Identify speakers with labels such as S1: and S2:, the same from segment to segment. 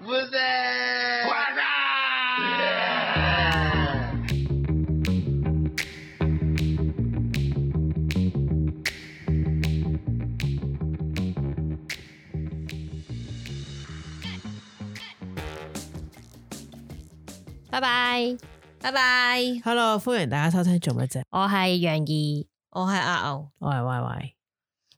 S1: Vous êtes...
S2: 拜拜，
S3: 拜拜，
S4: Hello，歡迎大家收聽做乜啫？
S2: 我係楊怡，
S3: 我係阿牛，
S4: 我係 Y Y，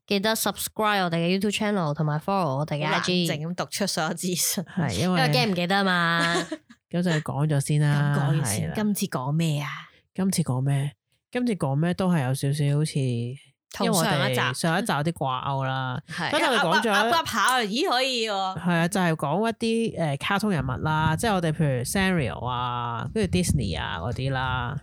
S2: 記得 subscribe 我哋嘅 YouTube channel 同埋 follow 我哋嘅
S3: 好冷
S2: IG，
S3: 靜
S2: 因
S3: 咁讀出所有資訊。
S4: 係因
S2: 為驚
S4: 為
S2: 唔記得
S3: 啊
S2: 嘛。
S4: 咁就講咗先啦。
S3: 咁講完
S4: 係
S3: 先
S4: 啦，
S3: 今次講咩啊？
S4: 今次講咩？今次講咩都係有少少好似，因
S3: 同
S4: 為我
S3: 上一
S4: 哋
S3: 集
S4: 上一集有啲掛鈎 啦。
S3: 係
S4: 不過我哋講咗
S3: 噏下，啊咦可以喎？
S4: 係啊，就係講一啲誒卡通人物啦，即係我哋譬如 Sanrio 啊，跟住 Disney 啊嗰啲啦。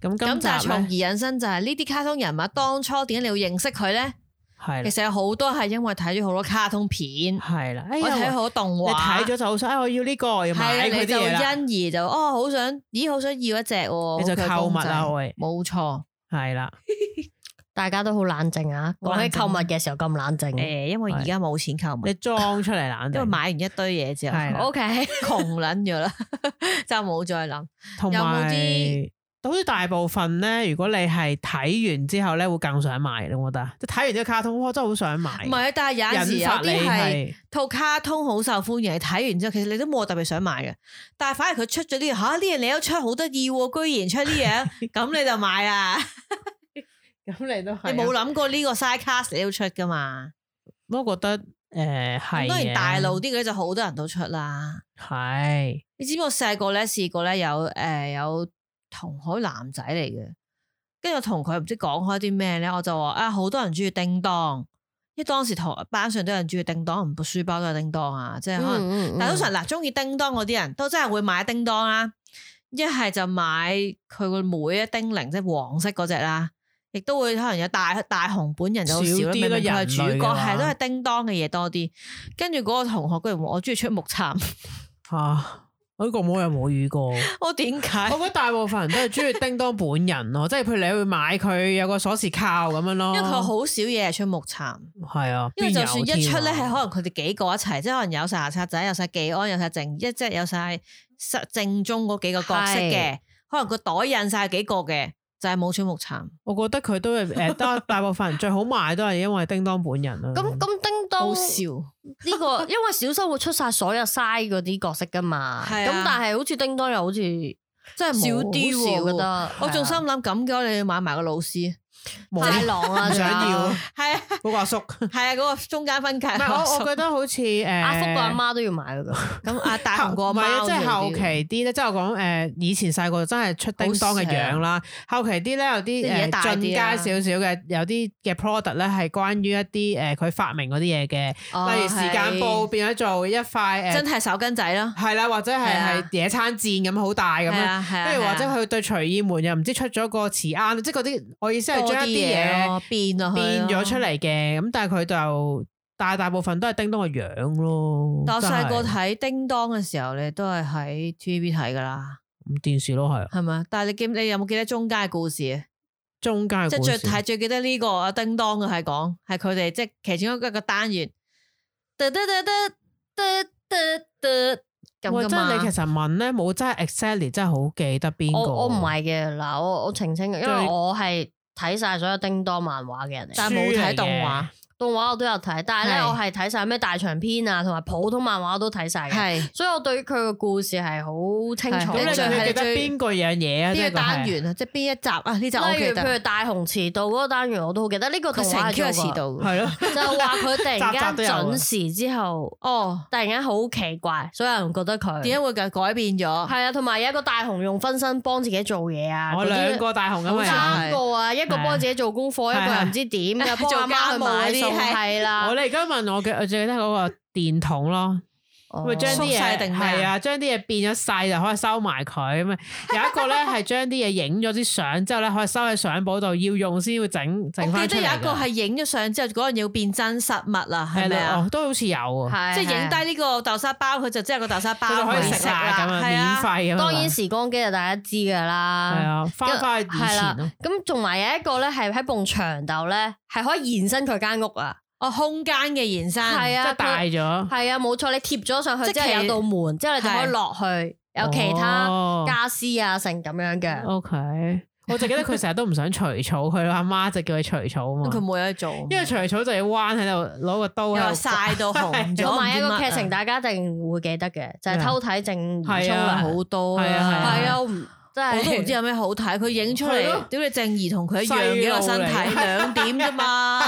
S4: 咁
S3: 咁
S4: 今
S3: 就係
S4: 集
S3: 從而
S4: 咧
S3: 引申，就係呢啲卡通人物當初點解你要認識佢咧？
S4: 係
S3: 其
S4: 啦
S3: 實有好多係因為睇咗好多卡通片，
S4: 係啦，哎
S3: 我睇
S4: 呀，
S3: 好多動
S4: 你
S3: 畫，
S4: 睇咗就好想，哎我要呢個，我要
S3: 係啊，
S4: 買佢
S3: 你就
S4: 啲嘢啦，
S3: 因而就哦，好想，咦，好想要一隻喎，
S4: 你就
S3: 佢嘅
S4: 購物
S3: 公仔
S4: 啦，喂，
S3: 冇錯，
S4: 係啦，
S2: 大家都好冷靜啊！
S3: 好
S2: 講
S3: 冷靜
S2: 起購物嘅時候咁冷
S4: 嗯
S2: 靜。
S3: 誒，因為而家冇錢購物
S4: 你，裝出嚟懶
S3: 因為
S4: 定。
S3: 買完一堆嘢之後
S4: 係啦
S2: ，O K，
S3: 窮撚咗啦， 就冇再諗。
S4: 同
S3: 有冇
S4: 埋
S3: 啲
S4: 好似大部分咧，如果你係睇完之後咧，會更想買，你覺得？即係睇完呢個卡通，我真係好想買。
S3: 唔係啊，但係有陣時
S4: 引
S3: 有
S4: 發你
S3: 啲係
S4: 係
S3: 套卡通好受歡迎，你睇完之後其實你都冇特別想買嘅，但係反而佢出咗啲嘢吓呢樣你都出好得意喎，居然出呢 樣，咁你就買啊！
S4: 咁，你都
S3: 你
S4: 係啊
S3: 冇諗過呢個 side cast 你都出噶嘛？
S4: 我覺得誒係啊
S3: 咁
S4: 嘅。
S3: 當然大路啲嗰啲就好多人都出啦。
S4: 係
S3: 你知唔知我細個咧試過咧有誒、呃有同海男仔嚟嘅，跟住我同佢唔知講開啲咩咧，我就話啊好多人中意叮當，因為當時同班上都有人中意叮當，唔書包都係叮當啊，
S2: 嗯
S3: 即係可能。
S4: 嗯
S3: 但通常嗱，中意叮當嗰啲人都真係會買叮當啦，一係就買佢個妹啊叮鈴，即係黃色嗰只啦，亦都會可能有大大雄本人就好
S4: 少
S3: 少
S4: 啲
S3: 啦，明明
S4: 咯
S3: 佢係主
S4: 人類嘅啊
S3: 角，
S4: 話
S3: 係都係叮當嘅嘢多啲。跟住嗰個同學居然話我中意出木杉，
S4: 啊！我呢個我又冇遇過，我
S3: 我點解？
S4: 覺得大部分人都係中意叮當本人咯，即係譬如你會買佢有個鎖匙扣咁樣咯，
S3: 因為佢好少嘢係出木杉，
S4: 係啊，
S3: 因為就算一出咧，係
S4: 係
S3: 可能佢哋幾個一齊，即係可能有晒牙刷仔，有晒技安，有晒正一即係有晒實正宗嗰幾個角色嘅，可能個袋印晒幾個嘅，就係冇出木杉。
S4: 我覺得佢都係誒，大大部分人最好買都係因為叮當本人啊啦。
S2: 咁咁叮當
S3: 好
S2: 呢
S3: 笑，
S2: 個， 因為小新會出晒所有 size 嗰啲角色噶嘛。
S3: 係
S2: 咁
S3: 啊
S2: 但係好似叮當又好似
S3: 真
S2: 少
S3: 係冇
S2: 啲喎，
S3: 好
S2: 覺
S3: 少啊
S2: 得。
S3: 我仲心諗咁嘅話，你要買埋個老師，
S4: 冇
S2: 太郎啊，
S4: 唔想要
S2: 仲
S3: 係啊
S4: 嗰個阿叔。唔
S3: 係啊，嗰個中 間分界。
S4: 係我我覺得好似誒
S2: 有阿福個阿媽都要買嗰個。
S3: 咁阿大
S4: 後
S3: 雄個
S4: 唔係啊，
S3: 貓
S4: 即係後期
S3: 要
S4: 啲咧，即係我講誒，以前細個真係出叮當嘅樣啦。後期啲咧有
S3: 啊即係而家
S4: 啲
S3: 大
S4: 誒
S3: 啲啊啦
S4: 進階少少嘅，有啲嘅 product 咧係關於一啲誒佢發明嗰啲嘢嘅，
S3: 哦
S4: 例如時間布變咗做一塊
S3: 真
S4: 誒，
S3: 係手巾仔啦，
S4: 係啦，或者係
S3: 係啊
S4: 係野餐墊咁好大咁
S3: 係
S4: 樣。
S3: 啊係啊，
S4: 跟住或者
S3: 係啊
S4: 佢對隨意門又唔知出咗個瓷啱，即係嗰啲我意思係
S3: 多
S4: 將一啲嘢
S3: 咯變咯，
S4: 變咗出。嚟嘅，咁但係佢就但係大部分都係叮當個樣咯。
S3: 但我
S4: 真
S3: 細個
S4: 係
S3: 睇叮當嘅時候咧，都係喺 TVB 睇噶啦，
S4: 咁電視咯，係
S3: 係咪？但係你記唔你有冇記得中間嘅故事啊？
S4: 中間嘅
S3: 即係
S4: 故
S3: 最
S4: 事
S3: 睇最記得呢個啊叮當嘅係講係佢哋即係其中一個單元，得得得得得得得
S4: 哇
S3: 咁噶
S4: 真係你
S3: 嘛。
S4: 其實問咧，冇真係 exactly 真係好記得邊個。
S2: 我我唔係嘅，嗱我我澄清嘅，因為
S4: 最
S2: 我係睇晒所有叮當漫畫嘅人嚟。
S3: 但係冇睇動畫，
S2: 動畫我都有睇，但係咧
S4: 係
S2: 我係睇晒咩大長篇啊，同埋普通漫畫我都睇晒嘅，
S4: 啊
S3: 係
S2: 所以我對佢嘅故事係好清楚嘅。
S4: 咁
S3: 係
S4: 你
S3: 最
S4: 最
S3: 係
S4: 記得
S3: 最
S4: 邊個樣嘢啊？即
S3: 邊
S4: 係
S3: 個單元啊？即係邊一集啊？呢集我
S2: 例
S3: 記
S2: 如譬
S3: 得，
S2: 如大雄遲到嗰個單元，我都好記得呢個動
S3: 佢
S2: 畫
S3: 成 Q 係
S2: 做
S3: 遲
S2: 過，
S3: 到
S4: 個啊
S3: 嘅。
S4: 係咯，
S2: 就話佢突然
S4: 集集都
S2: 間
S4: 有啊
S2: 啊準時之後，
S3: 哦，
S2: 突然間好奇怪，所有人覺得佢
S3: 點解會改改變咗？
S2: 係啊，同埋有一個大雄用分身幫自己做嘢啊，
S4: 我
S2: 嗰啲
S4: 兩個大雄咁
S2: 三
S4: 樣。
S2: 個啊，一個幫自己做功課，
S4: 係
S2: 一
S4: 啊
S2: 個人唔知 點嘅，幫阿媽去買
S3: 做家務
S2: 餸
S3: 嗰啲
S2: 係
S3: 啊
S2: 啦
S4: 我。哋而家問我嘅，我最記得嗰個電筒咯，咪將啲
S3: 哦縮細
S4: 嘢
S3: 定咩啊
S4: 係啊，將啲嘢變咗細就可以收埋佢咁啊。有一個咧係將啲嘢影咗啲相之後咧，可以收喺相簿度，要用先會整整
S3: 我記
S4: 翻出
S3: 得
S4: 嚟
S3: 有
S4: 㗎。
S3: 一個係影咗相之後，嗰樣嘢要變真實物啦，係
S4: 係
S3: 咪
S4: 啦，
S3: 啊
S4: 哦？都好似有啊，
S2: 係
S3: 即係影。低呢個豆沙包，佢就即係個豆沙包
S4: 佢就可以
S2: 係
S4: 食啦咁
S3: 係啊
S4: 啊，免費
S2: 係
S4: 咁樣。
S2: 當然時光機就大家知㗎
S4: 係
S2: 啦。
S4: 啊，翻翻以
S2: 係
S4: 前
S2: 啦
S4: 咯，，
S2: 咁仲埋有一個咧，係喺埲牆度咧，係可以延伸佢間屋啊！
S3: 哦，空間嘅延伸，
S2: 係
S4: 即
S2: 啊
S4: 係大
S2: 佢
S4: 咗。
S2: 係啊，冇錯，你貼咗上去
S3: 即
S2: 之
S3: 係
S2: 後有道門，之後你就可以
S3: 係
S2: 落去，有其他
S4: 哦
S2: 家私啊，成咁樣嘅。
S4: O K，我就記得佢成日都唔想除草，佢阿媽就叫佢除草啊嘛。
S3: 佢冇嘢做，因
S4: 因為除草就要彎喺度攞個刀
S3: 又話
S4: 喺度。
S3: 曬到 紅咗，
S2: 同埋一個劇情，
S3: 唔知乜啊
S2: 大家一定會記得嘅，就係偷睇正義
S4: 係
S2: 沖涼。
S4: 啊
S3: 好多
S4: 係啊係
S2: 係啊，我唔真係
S3: 我都唔知有咩好睇，佢影出
S4: 係咯
S3: 嚟，屌你正義同佢一樣嘅個身
S4: 細
S3: 體
S4: 路
S3: 兩點啫嘛，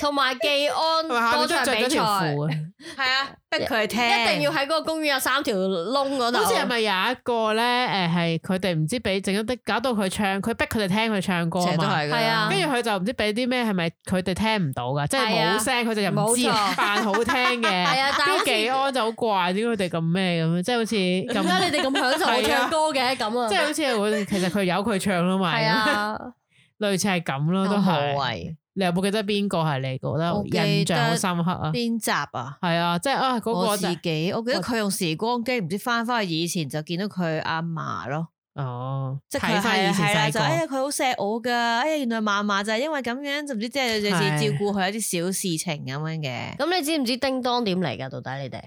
S2: 同埋技安
S4: 同埋下
S2: 多
S4: 面都
S2: 場
S4: 着咗
S2: 比
S4: 條
S2: 賽，
S4: 褲啊。
S3: 係啊，逼佢聽，
S2: 一定要喺嗰個公園有三條窿嗰度。
S4: 好似係咪有一個咧？誒係佢哋唔知俾整咗啲，搞到佢唱，佢逼佢哋聽佢唱歌
S3: 成
S4: 啊
S3: 日都
S4: 嘛。
S3: 係㗎
S2: 係啊
S4: 跟住佢就唔知俾啲咩，係咪佢哋聽唔到噶？即係
S2: 係啊
S4: 冇聲，佢就又唔知啊
S2: 冇錯
S4: 扮好聽嘅。
S2: 係啊但係好
S4: 啲
S2: 似
S4: 技安就好怪，點解佢哋咁咩咁樣？即係好似
S2: 點
S4: 咁，
S2: 解你哋咁享受我
S4: 係啊
S2: 唱歌嘅咁啊？
S4: 即係好似會其實佢由佢唱啦 嘛。
S2: 係啊，
S4: 類似係咁咯，都
S3: 無
S4: 係。
S3: 謂
S4: 你有冇記得邊個係你
S3: 啊我
S4: 覺
S3: 記
S4: 得
S3: 得
S4: 印象好深刻啊？
S3: 邊集啊？
S4: 係啊，即係啊嗰
S3: 我
S4: 個就
S3: 自
S4: 係
S3: 己，我記得佢用時光機，唔知翻翻去以前就見到佢阿嫲咯，
S4: 哦，
S3: 即係
S4: 睇
S3: 佢
S4: 翻
S3: 係
S4: 以前
S3: 係啦，
S4: 細
S3: 就哎呀
S4: 個。
S3: 佢好錫我㗎，哎呀原來嫲嫲就係因為咁樣，就唔知即係類
S4: 係
S3: 似照顧佢一啲小事情咁樣嘅。
S2: 咁你知唔知叮當點嚟㗎？到底你哋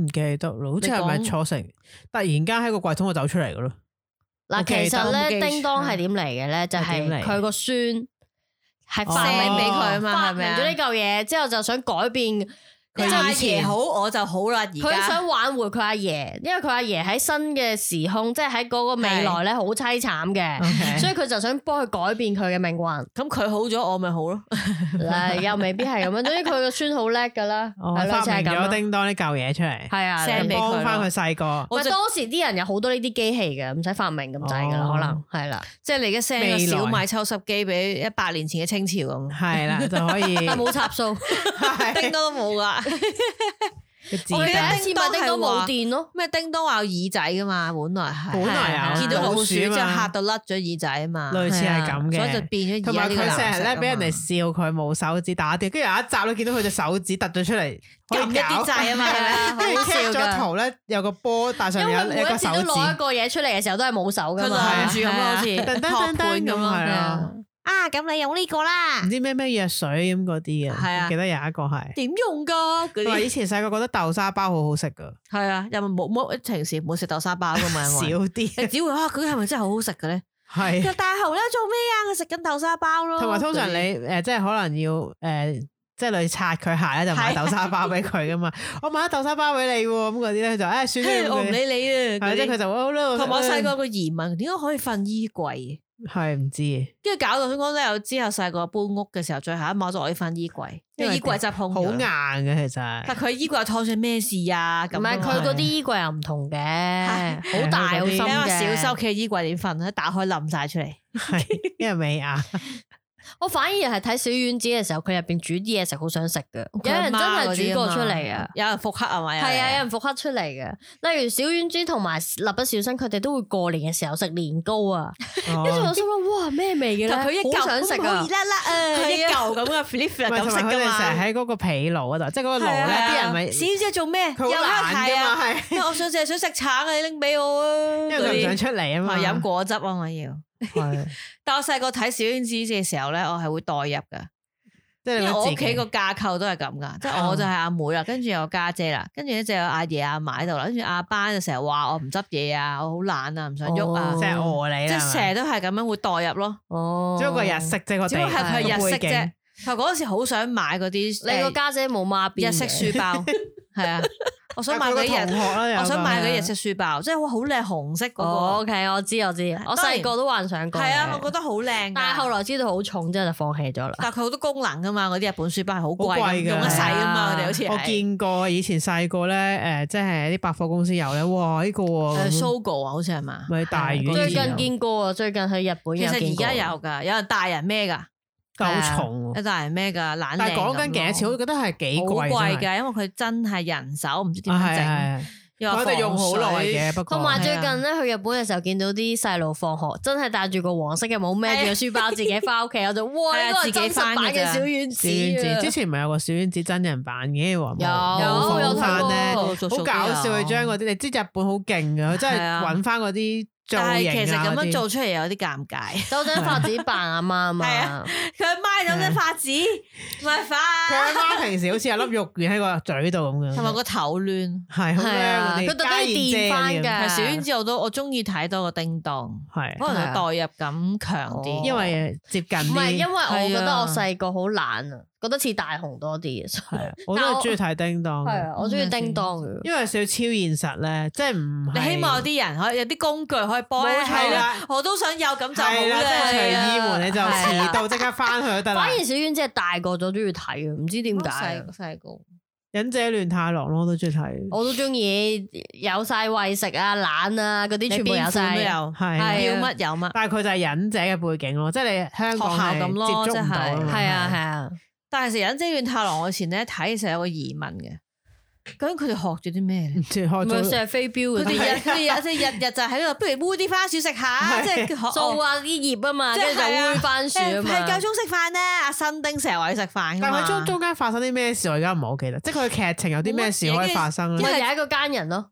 S4: 唔記得咯，好似係咪
S3: 你講
S4: 坐成突然間喺個櫃桶度走出嚟嘅咯？我
S2: 嗱，
S4: 記得
S2: 其實
S3: 我冇記
S2: 咧，
S3: 住
S2: 叮當係點嚟嘅咧？就
S4: 啊係點嚟
S2: 係佢個孫係發
S4: 哦
S2: 明
S4: 俾佢啊
S3: 嘛
S2: 發
S3: 係
S2: 明
S3: 咪啊
S2: 咗呢嚿嘢之後，就想改變
S3: 佢
S2: 即係
S3: 阿
S2: 以前
S3: 爺好，我就好啦，而
S2: 佢
S3: 家
S2: 想挽回佢阿爺，因為佢阿爺喺新嘅時空，即係喺嗰個未來咧，好凄慘嘅，
S4: OK
S2: 所以佢就想幫佢改變佢嘅命運。
S3: 咁佢好咗，我咪好咯。
S2: 嗱，又未必係咁樣，總之佢個孫好叻㗎啦，
S4: 哦
S2: 係類似
S4: 發
S2: 係
S4: 明
S2: 咁
S4: 咗
S2: 啦。
S4: 叮當呢嚿嘢出嚟，
S2: 係啊，
S3: send
S2: 你
S3: 俾佢
S4: 幫翻佢細個。
S2: 唔
S3: 我
S2: 係
S3: 就
S2: 當時啲人有好多呢啲機器嘅，唔使發明咁滯噶啦，
S4: 哦
S2: 可能係啦，
S3: 即係你而家 send 個小米抽濕機俾一百年前嘅清朝咁，
S4: 係 啦，就可以。
S2: 但冇插數。
S3: 叮當都冇噶。
S4: 佢自
S2: 我
S3: 我
S2: 記
S3: 記
S2: 得
S4: 帶
S3: 得
S2: 一次咪叮當冇電咯，
S3: 咩叮當話有耳仔噶嘛，本來係
S4: 本來有
S3: 見到老鼠之後
S4: 老鼠嘛
S3: 嚇到甩咗耳仔啊嘛，
S4: 類似係咁嘅
S3: 所以就變咗
S4: 同
S3: 而家
S4: 埋
S3: 呢個
S4: 佢成日咧
S3: 藍色
S4: 俾人哋
S3: 啊
S4: 笑佢冇手指打啲，跟住有一集咧見到佢隻手指突咗出嚟，可以
S3: 嘛撳一啲
S4: 搞
S3: 掣啊嘛，係啊
S4: 跟住
S3: 好
S4: cap
S3: 笑
S4: 咗
S3: 噶，
S4: 圖咧，有個波，但上
S2: 因為
S4: 面
S2: 每
S4: 有
S2: 一
S4: 一個
S2: 次
S4: 手
S2: 都攞一
S4: 指，
S2: 個嘢出嚟嘅時候都係冇手
S3: 佢
S2: 噶嘛
S3: 晾，住咁啊好似
S4: 噔噔
S3: 托
S4: 噔
S3: 盤
S4: 噔
S3: 咁
S4: 咁
S3: 咯
S4: 係啊，
S3: 啊咁你用呢個啦
S4: 唔，知咩咩藥水咁嗰啲嘅，
S3: 係啊
S4: 我記得有一個係。
S3: 點用噶嗰
S4: 同埋以
S3: 啲
S4: 前細個覺得豆沙包好好食噶，
S3: 係啊，又咪冇冇平時冇食豆沙包噶嘛，
S4: 少
S3: 因為你
S4: 啲
S3: 只會啊佢係咪真係好好食嘅咧？
S4: 係。
S3: 大豪咧做咩啊？我食緊豆沙包咯
S4: 同埋通常你誒即係可能要誒。即係你擦佢鞋咧，就買
S3: 係
S4: 豆沙包俾佢噶嘛。我買咗豆沙包俾你喎，咁嗰啲咧就誒算啦。
S3: 嘿我唔理你啊，
S4: 係即係佢
S3: 佢
S4: 就好啦。
S3: 同埋我
S4: 誒
S3: 細個個疑問，點解可以瞓衣櫃嘅？
S4: 係唔知嘅，
S3: 跟住搞到香港咧，我之後細個搬屋嘅時候，最後一晚就可以瞓衣櫃，因為衣櫃執空
S4: 好硬
S3: 咗。
S4: 嘅其 實。
S3: 但佢衣櫃又燙咗咩事啊？咁
S2: 唔係
S3: 樣
S2: 佢
S3: 啊
S2: 嗰啲衣櫃又唔同 嘅，好大好深
S4: 佢嗰啲
S3: 你
S4: 心
S3: 諗下
S2: 嘅。
S3: 小收屋企嘅衣櫃點瞓？一啊打開冧晒出嚟，
S4: 係因為美亞，
S2: 我反而係睇小丸子嘅時候，佢入邊煮啲嘢食好想食嘅，
S3: 佢
S2: 有
S3: 阿
S2: 人真
S3: 媽嗰啲啊
S2: 係煮過出嚟
S3: 嘛
S2: 啊！
S3: 有人復刻啊嘛？
S2: 係啊，有人復刻出嚟嘅，例如小丸子同埋蠟筆小新，佢哋都會過年嘅時候食年糕啊，跟住我
S4: 哦
S2: 心諗哇咩味嘅
S4: 啊
S2: 咧，
S3: 嗯但佢一嚿
S2: 好想食
S3: 好
S2: 啊
S3: 熱！ 辣辣啊，一
S2: 係啊
S3: 嚿咁嘅 flip
S4: 唔係
S3: 咁
S4: 同
S3: 食
S4: 埋佢
S3: 噶
S4: 哋成日
S3: 嘛。
S4: 喺嗰個被爐嗰度，即係嗰個爐咧，
S3: 係啊
S4: 啲人咪
S3: 小姐做咩？
S4: 佢好
S3: 有蝦
S4: 懶
S3: 蟹
S4: 㗎
S3: 啊
S4: 嘛，係，
S3: 因為我想淨係想食橙啊，你拎俾我啊！
S4: 因
S3: 因
S4: 為佢唔想出嚟啊 嘛，
S3: 飲果汁啊嘛要。
S4: 係，
S3: 但我細個睇小丸子嘅時候咧，我係會代入噶，
S4: 即係
S3: 因為
S4: 你
S3: 我
S4: 會
S3: 屋
S4: 自
S3: 企
S4: 己
S3: 個架構都係咁噶，即係我就係阿妹啊啦，跟住有個家姐啦，跟住咧就有阿爺阿嫲喺度啦，跟住阿班就成日話我唔執嘢啊，我好懶啊，唔想喐啊
S2: 哦，
S4: 即係啊餓你
S3: 即
S4: 啦，
S3: 係成日都係咁樣會代入咯，
S2: 哦，
S4: 只不過日式啫個
S3: 只
S4: 地，
S3: 不過係佢係
S4: 個
S3: 日
S4: 背
S3: 式
S4: 景
S3: 啫。佢嗰時好想買嗰啲
S2: 你個家姐冇孖
S3: 誒
S2: 邊
S3: 日式書包，係啊，我想買
S4: 但啊佢
S3: 嗰
S4: 個
S3: 啲
S4: 同
S3: 日，
S4: 學啦，有
S3: 我想
S4: 個
S3: 買嗰啲日式書包，即係哇好靚紅色
S2: 哦
S3: 嗰
S2: ，OK，我知我知，我
S3: 當然
S2: 細個都幻想
S3: 個，
S2: 過。
S3: 係啊，我覺得好靚㗎。
S2: 但係後來知道好重之後就放棄咗啦。
S3: 但係佢好多功能噶嘛，嗰啲日本書包係好貴
S4: 好
S3: 㗎，
S4: 貴㗎
S3: 用得細噶
S2: 係
S3: 嘛，
S2: 啊
S3: 佢哋好似係
S4: 我見過以前細個咧，誒，即係啲百貨公司有咧，哇呢個喎，
S3: 誒
S4: 咁
S3: Sogo 啊，好似係嘛？
S4: 咪大院
S3: 係
S2: 最
S4: 嗰啲
S2: 近
S4: 有
S2: 見過啊，最近去日本
S3: 其
S2: 有見過
S3: 實而家有噶，有人大人孭噶，
S4: 但好重喎
S3: 有大人孭噶，懶
S4: 哦但係講
S3: 講
S4: 緊幾多錢，我覺得係幾
S3: 好
S4: 貴
S3: 貴
S4: 嘅，
S3: 㗎，因為佢真係人手唔知點
S4: 啊
S3: 樣
S4: 係
S3: 整，
S4: 係係。
S3: 又話
S4: 佢哋用好耐嘅，不過
S2: 同埋最
S3: 係啊
S2: 近咧去日本嘅時候，見到啲細路放學真係帶住個黃色嘅帽，孭住個書包自己翻屋企，我就哇
S3: 係啊
S2: 呢個係
S3: 自己
S2: 真實
S3: 返
S2: 版
S3: 嘅
S2: 嘅小
S3: 咋
S2: 丸
S4: 小丸子之
S2: 子
S4: 前咪有個小丸子真人版嘅，話
S2: 有
S3: 哦
S4: 模
S2: 有
S4: 模
S2: 睇
S4: 仿翻咧，
S2: 過
S4: 好搞笑。佢將嗰啲你知日本好勁嘅，佢真係
S3: 係啊
S4: 揾翻嗰啲造
S3: 但係
S4: 型
S3: 其實
S4: 啊
S3: 咁
S4: 嗰啲
S3: 樣做出嚟有啲尷 尬。
S2: 周真發展扮 阿媽啊
S3: 係
S2: 嘛
S3: 啊，佢賣到隻發子，
S4: 嗯佢
S3: 唔係花，
S4: 阿媽平時好似有粒肉丸喺個嘴度咁樣，
S3: 同埋個頭攣。
S4: 係好靚
S2: 係啊
S4: 嗰啲
S2: 佢特登
S4: 家燕姐
S2: 電返㗎
S4: 咁
S3: 係小丸子我都我中意睇多個叮當，
S4: 係
S3: 可能
S2: 係啊
S3: 佢代入感強啲，
S2: 哦
S4: 因為接近
S2: 唔
S4: 啲
S2: 係因為我覺
S3: 係
S2: 得
S3: 啊
S2: 我細個好懶啊，覺得似大雄多啲嘅，所以
S4: 係啊我都
S2: 但我
S4: 係中意睇叮當嘅，
S2: 係啊，我中意叮當嘅。
S4: 因為少少超現實咧，即係唔係
S3: 你希望有啲人可以有啲工具可以幫
S4: 冇錯啦
S3: 我都想有咁就好啊
S4: 係啦，即係隨意門你就
S3: 係啊
S4: 遲到即刻翻去就得啦
S2: 反。而小丸子係啊大個咗中意睇嘅，唔知點解啊
S3: 細細個
S4: 忍者亂太郎咯，我都中意睇，
S2: 我都中意有晒喂食啊、懶啊嗰啲全部有
S3: 款都
S2: 晒。
S3: 有，啊
S4: 係。啊
S3: 要乜有乜。
S4: 但係佢就係忍者嘅背景咯，即係你香港
S3: 學校咁咯
S4: 係接觸唔到啊
S3: 即
S4: 嘛，
S2: 係啊係啊，
S3: 但係其實《忍者亂太郎》我以前咧睇嘅時候有個疑問嘅，究竟佢哋學咗啲咩咧
S4: 唔？知開
S2: 唔係
S4: 咗
S2: 成日飛鏢
S3: 佢
S2: 嗰
S3: 哋日
S2: 啲，
S3: 佢哋日即係日日就喺度，不如烏啲番薯食下，
S4: 係
S3: 即係學
S2: 掃下啲葉啊嘛，跟住就
S3: 係啊
S2: 烏番薯啊嘛
S3: 係。夠鐘食飯咧，阿新丁成日話你食飯㗎
S4: 但係
S3: 嘛
S4: 佢中中間發生啲咩事，我而家唔係好記得，即係佢嘅劇情有啲咩事可以發生咧？
S2: 咪有一個奸人咯，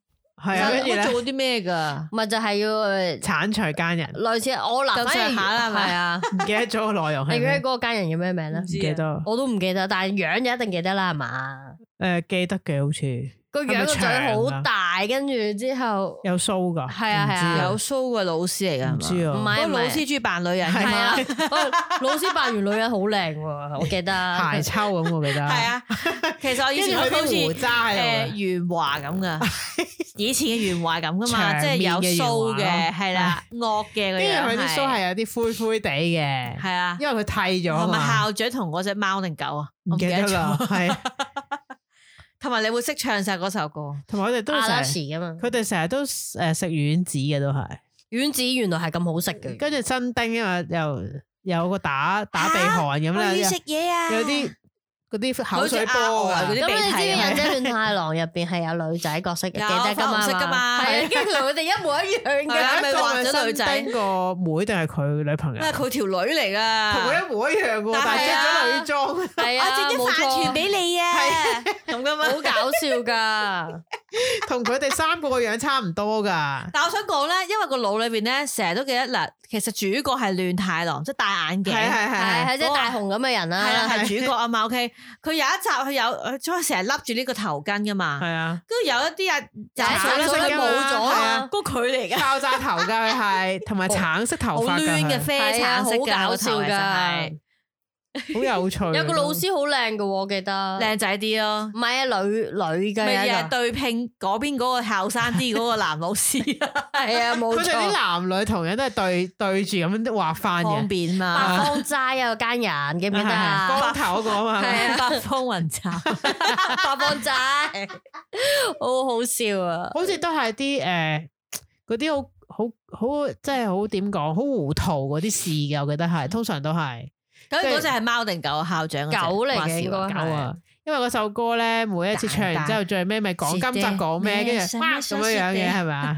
S4: 係啊，跟住
S3: 佢
S4: 咧
S3: 做啲咩㗎？
S2: 咪就係要呃
S4: 剷除奸人，
S2: 類似我嗱，
S3: 咁
S2: 反而
S3: 上下啦係咪
S2: 係啊，
S4: 唔記得咗個內 容
S2: 你
S4: 係
S2: 記得
S4: 咩
S2: 嗰？個奸人叫咩名咧
S3: 唔？
S4: 唔記得，
S2: 我都唔記得，但係樣就一定記得啦，係嘛？
S4: 誒記得嘅好似
S2: 個樣個嘴好大，跟住之後
S4: 有鬚㗎，
S2: 係啊
S4: 唔
S2: 係啊
S4: 知
S3: 有 show 嘅老師嚟㗎，
S4: 唔知啊，
S2: 唔係
S3: 嗰個
S2: 唔
S3: 老師
S2: 係
S3: 中意扮女人㗎
S2: 係
S3: 嘛
S2: 啊，喂老師扮完女人好靚喎，我記
S4: 鞋
S2: 得。
S4: 抽咁，我記得
S3: 係，啊，其實我以
S4: 跟住
S3: 前
S4: 佢
S3: 好似
S4: 啲胡渣喺
S3: 誒
S4: 度嘅。啊
S3: 袁華咁噶，以前嘅袁華咁噶嘛，
S4: 長
S3: 即係
S4: 面
S3: 有
S4: 嘅袁華
S3: show 嘅，
S4: 咯
S3: 係啦，惡嘅嗰
S4: 跟住佢啲須係有啲灰灰地嘅，
S3: 係啊，
S4: 因為佢剃咗啊
S3: 同埋
S4: 嘛，
S3: 校長同嗰只貓定狗啊，我
S4: 唔記得啦，
S3: 咗
S4: 係
S3: 同埋你會識唱晒嗰首歌，
S4: 同埋佢哋都
S2: 阿
S4: 成
S2: 拉
S4: 日，
S2: 士噶嘛，
S4: 佢哋成日都誒食丸子嘅都係，
S2: 丸子原來係咁好食
S3: 嗯
S2: 嘅，
S4: 跟住新丁因為又有個打打鼻鼾咁啦，有
S3: 嘢啊
S4: 有啲嗰啲口水波
S3: 好似
S4: 㗎
S3: 啲
S2: 咁
S3: 鼻涕
S2: 你知唔知
S3: 啊
S2: 忍者亂太郎入邊係有女仔角色嘅，記
S3: 有
S2: 得噶嘛？
S3: 粉紅色㗎嘛
S2: 係啊，跟住佢哋一模一樣
S3: 係啊
S2: 嘅。
S3: 咪
S4: 一個
S3: 畫咗女仔
S4: 新丁個妹定係佢女朋友
S3: 因為？佢條女嚟噶，
S4: 同佢一模一樣嘅喎，但
S3: 但係啊
S4: 係着咗女裝，
S2: 係啊，冇錯，
S3: 俾你啊
S4: 係
S3: 咁噶嘛
S2: 好。搞笑噶。
S4: 同佢哋三個個樣差唔多㗎。
S3: 但我想講咧，因為個腦裏邊咧，成日都記得嗱，其實主角係亂太郎，即係戴眼鏡，
S4: 係係係
S2: 係係即係
S3: 哇
S2: 大雄咁嘅人啦，
S3: 係啦，
S2: 係
S3: 係主角啊嘛。OK，佢有一集佢有佢成日笠住呢個頭巾噶嘛，
S4: 係啊，
S3: 跟住有一啲人就
S2: 就係
S4: 橙色
S2: 橙色
S4: 㗎嘛
S2: 冇咗
S4: 係
S2: 啊
S4: 啊。
S3: 嗰佢嚟嘅，
S4: 爆炸頭噶佢係，同埋橙色頭
S3: 好
S4: 髮
S3: 攣嘅
S4: 㗎
S3: 啡
S2: 係啊
S3: 橙色嘅，
S2: 好搞
S3: 個頭
S2: 笑㗎
S3: 其實係
S4: 佢好有趣。
S2: 有個老師好靚嘅，我記得。
S3: 靚仔啲咯。
S2: 唔係啊，女女嘅
S3: 咪又
S2: 有一
S3: 係
S2: 個。
S3: 對拼嗰邊嗰個後生啲嗰個男老師啊，
S2: 係啊，冇
S4: 佢哋啲
S2: 錯。
S4: 男女同樣都係對對住咁樣畫翻
S3: 方
S4: 嘅，
S3: 便
S2: 白
S3: 嘛，
S2: 方齋有間人，記唔記得
S4: 係係
S2: 啊？
S4: 光頭嗰個啊嘛，係咪
S2: 係啊
S3: 北方雲集，
S2: 白方齋，好好笑啊！
S4: 好似都係啲誒嗰啲好好好即係好點講，好糊塗嗰啲事嘅，我記得係
S2: 嗯
S4: 通常都係
S3: 咁嗰只係貓定狗啊？校長嗰隻
S2: 狗嚟嘅
S3: 話事
S2: 應該
S3: 話
S4: 狗
S2: 係
S4: 啊。因為嗰首歌咧，每一次唱完之後，最尾咪講今集講咩，跟住哇咁樣樣嘅係 咪啊？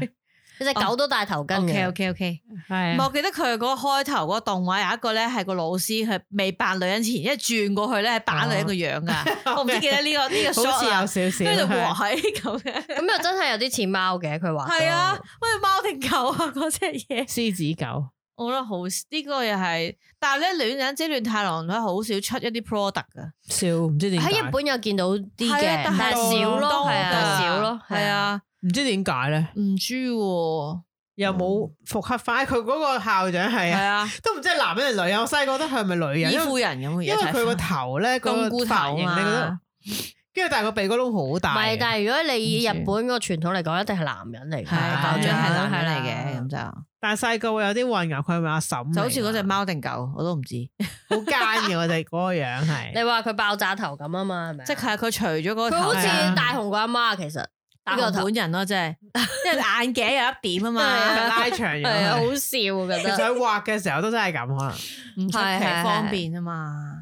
S2: 你隻狗都戴頭巾
S3: OK
S2: 嘅，
S3: OK OK，
S4: 係啊
S3: 我記得佢嗰個開頭嗰個動畫有一個咧係個老師係未扮女人前，一轉過去咧係扮女人個 樣噶，我唔知記得呢個呢個
S4: 好
S3: shot 啊，
S4: 似有少
S3: 跟
S4: 少
S3: 住
S4: 係
S3: 和喺咁 樣，
S2: 咁又真係有啲似貓嘅，佢話。
S3: 係
S4: 哦
S3: 啊，，喂貓定狗啊嗰只嘢，
S4: 獅子狗。
S3: 我覺得好呢個又係，但係咧戀人即係亂太郎咧好少出一啲 product 噶，
S4: 笑唔知點解
S2: 喺日本有見到啲
S3: 係
S2: 嘅
S3: 啊，但係
S2: 但係少
S4: 多
S2: 咯，係啊，
S4: 㗎
S2: 少咯，
S3: 係，啊，
S4: 唔知點解咧，
S3: 唔知喎，
S4: 又冇復刻翻佢嗰個校長係
S3: 係
S4: 啊，
S3: 啊，
S4: 都唔知係男人定女人。我細個覺得佢係咪女人，
S3: 依
S4: 因
S3: 夫
S4: 為
S3: 人咁嘅
S4: 因為佢個頭咧個
S3: 冬菇頭
S4: 髮型，你覺得
S3: 嘛，
S4: 跟住但係個鼻哥窿好
S2: 唔
S4: 大
S2: 係，
S4: 嘅，
S2: 但係如果你以日本個傳統嚟講，一定係男人嚟嘅，
S3: 係
S4: 啊
S3: 校長係男人嚟
S2: 係啦
S3: 嘅，咁就。
S4: 但係啊細個會有啲混淆，佢係咪阿嬸嚟㗎？
S3: 就好似嗰隻貓定狗，我都唔知。
S4: 好奸嘅，我哋嗰個樣係。
S2: 你話佢爆炸頭咁啊嘛，係咪啊？
S3: 即係佢除咗嗰個
S2: 佢好
S3: 頭
S2: 似
S4: 係啊
S2: 大雄個阿媽，其實
S3: 大
S2: 呢個頭
S3: 本人咯，即係，因為眼鏡有一點啊嘛，
S4: 拉長咗
S2: 係啊，好
S4: 佢，
S2: 笑
S4: 其實
S2: 覺得。
S4: 佢畫嘅時候都真係咁可能。
S3: 唔出
S2: 係
S3: 奇
S2: 係係
S3: 方便啊嘛。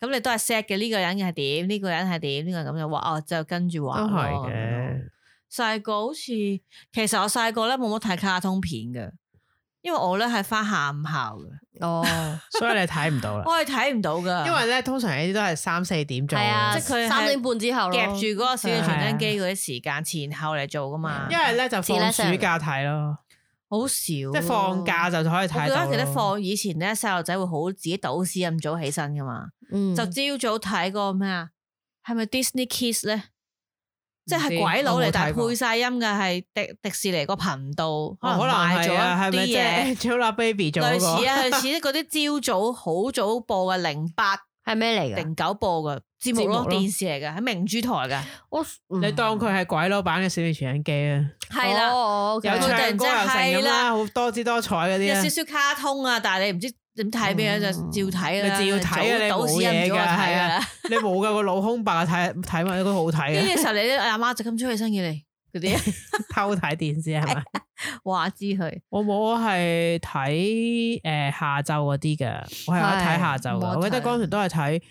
S3: 咁你都係 set 嘅，呢個人係點，呢個人係點，呢個咁就畫，哦就跟住畫
S4: 都係
S3: 咯。
S4: 嘅，
S3: 細個好似，其實我細個咧冇乜睇卡通片嘅，因為我咧係翻下午校嘅，
S2: 哦，
S4: 所以你睇唔到 啦。
S3: 我係睇唔到噶，
S4: 因為咧，通常呢啲都係三四點做
S2: 係啊，
S4: 嘅，
S3: 即係佢係
S2: 三點半之後咯，
S3: 夾住嗰個小嘅傳
S4: 係啊
S3: 真機嗰啲時間前後嚟做噶嘛
S2: 啊
S4: 因。為咧就
S2: 自拉
S4: 放
S2: 上
S4: 暑假睇咯。
S3: 好少，即
S4: 即係放假就可以
S3: 我
S4: 睇
S3: 記
S4: 到
S3: 得
S4: 咯。
S3: 記得放以前咧，細路仔會好自己倒屎咁早起身噶嘛，
S2: 嗯，
S3: 就朝早睇個咩啊？係咪 Disney Kids 咧？即
S4: 唔知
S3: 係鬼佬
S4: 我
S3: 嚟
S4: 冇，
S3: 但
S4: 睇過
S3: 係配晒音嘅係迪迪士尼個頻道，
S4: 哦可能
S3: 買
S4: 係啊，
S3: 咗
S4: 係咪即
S3: 啲嘢，
S4: 係 Angelababy 做嗰
S3: 類
S4: 個
S3: 似啊，類似嗰啲朝早好早播嘅零八
S2: 係咩嚟㗎？
S3: 零九播嘅節目
S4: 節
S3: 咯
S4: 目，咯
S3: 電視嚟嘅，喺明珠台嘅。
S2: 我嗯
S3: 嗯
S4: 你當佢係鬼佬版嘅小面傳影機啊，
S2: 係
S3: 哦
S2: 啦，
S4: 有
S3: 佢突
S4: 唱
S3: 然
S4: 歌又
S3: 之
S4: 成咁
S3: 間係啦
S4: 啦，好多姿多彩嗰
S3: 有
S4: 啲啊嗯
S3: 少。少卡通啊，但係你唔知點睇咩就照睇啦，
S4: 你照睇啊你
S3: 早
S4: 冇
S3: 早
S4: 嘢
S3: 時
S4: 㗎
S3: 咁早就睇
S4: 係
S3: 㗎
S4: 啊
S3: 啦。
S4: 你冇噶個腦空白啊睇睇埋都好睇
S3: 呢
S4: 嘅，
S3: 個時候你阿媽就咁出去身嘅你嗰 啲，
S4: 偷睇電視係咪？
S3: 話知佢
S4: 我冇，我係睇誒下晝嗰啲嘅，我係有得睇下晝
S3: 係冇
S4: 嘅。
S3: 得
S4: 我記得
S3: 睇
S4: 嗰陣時都係睇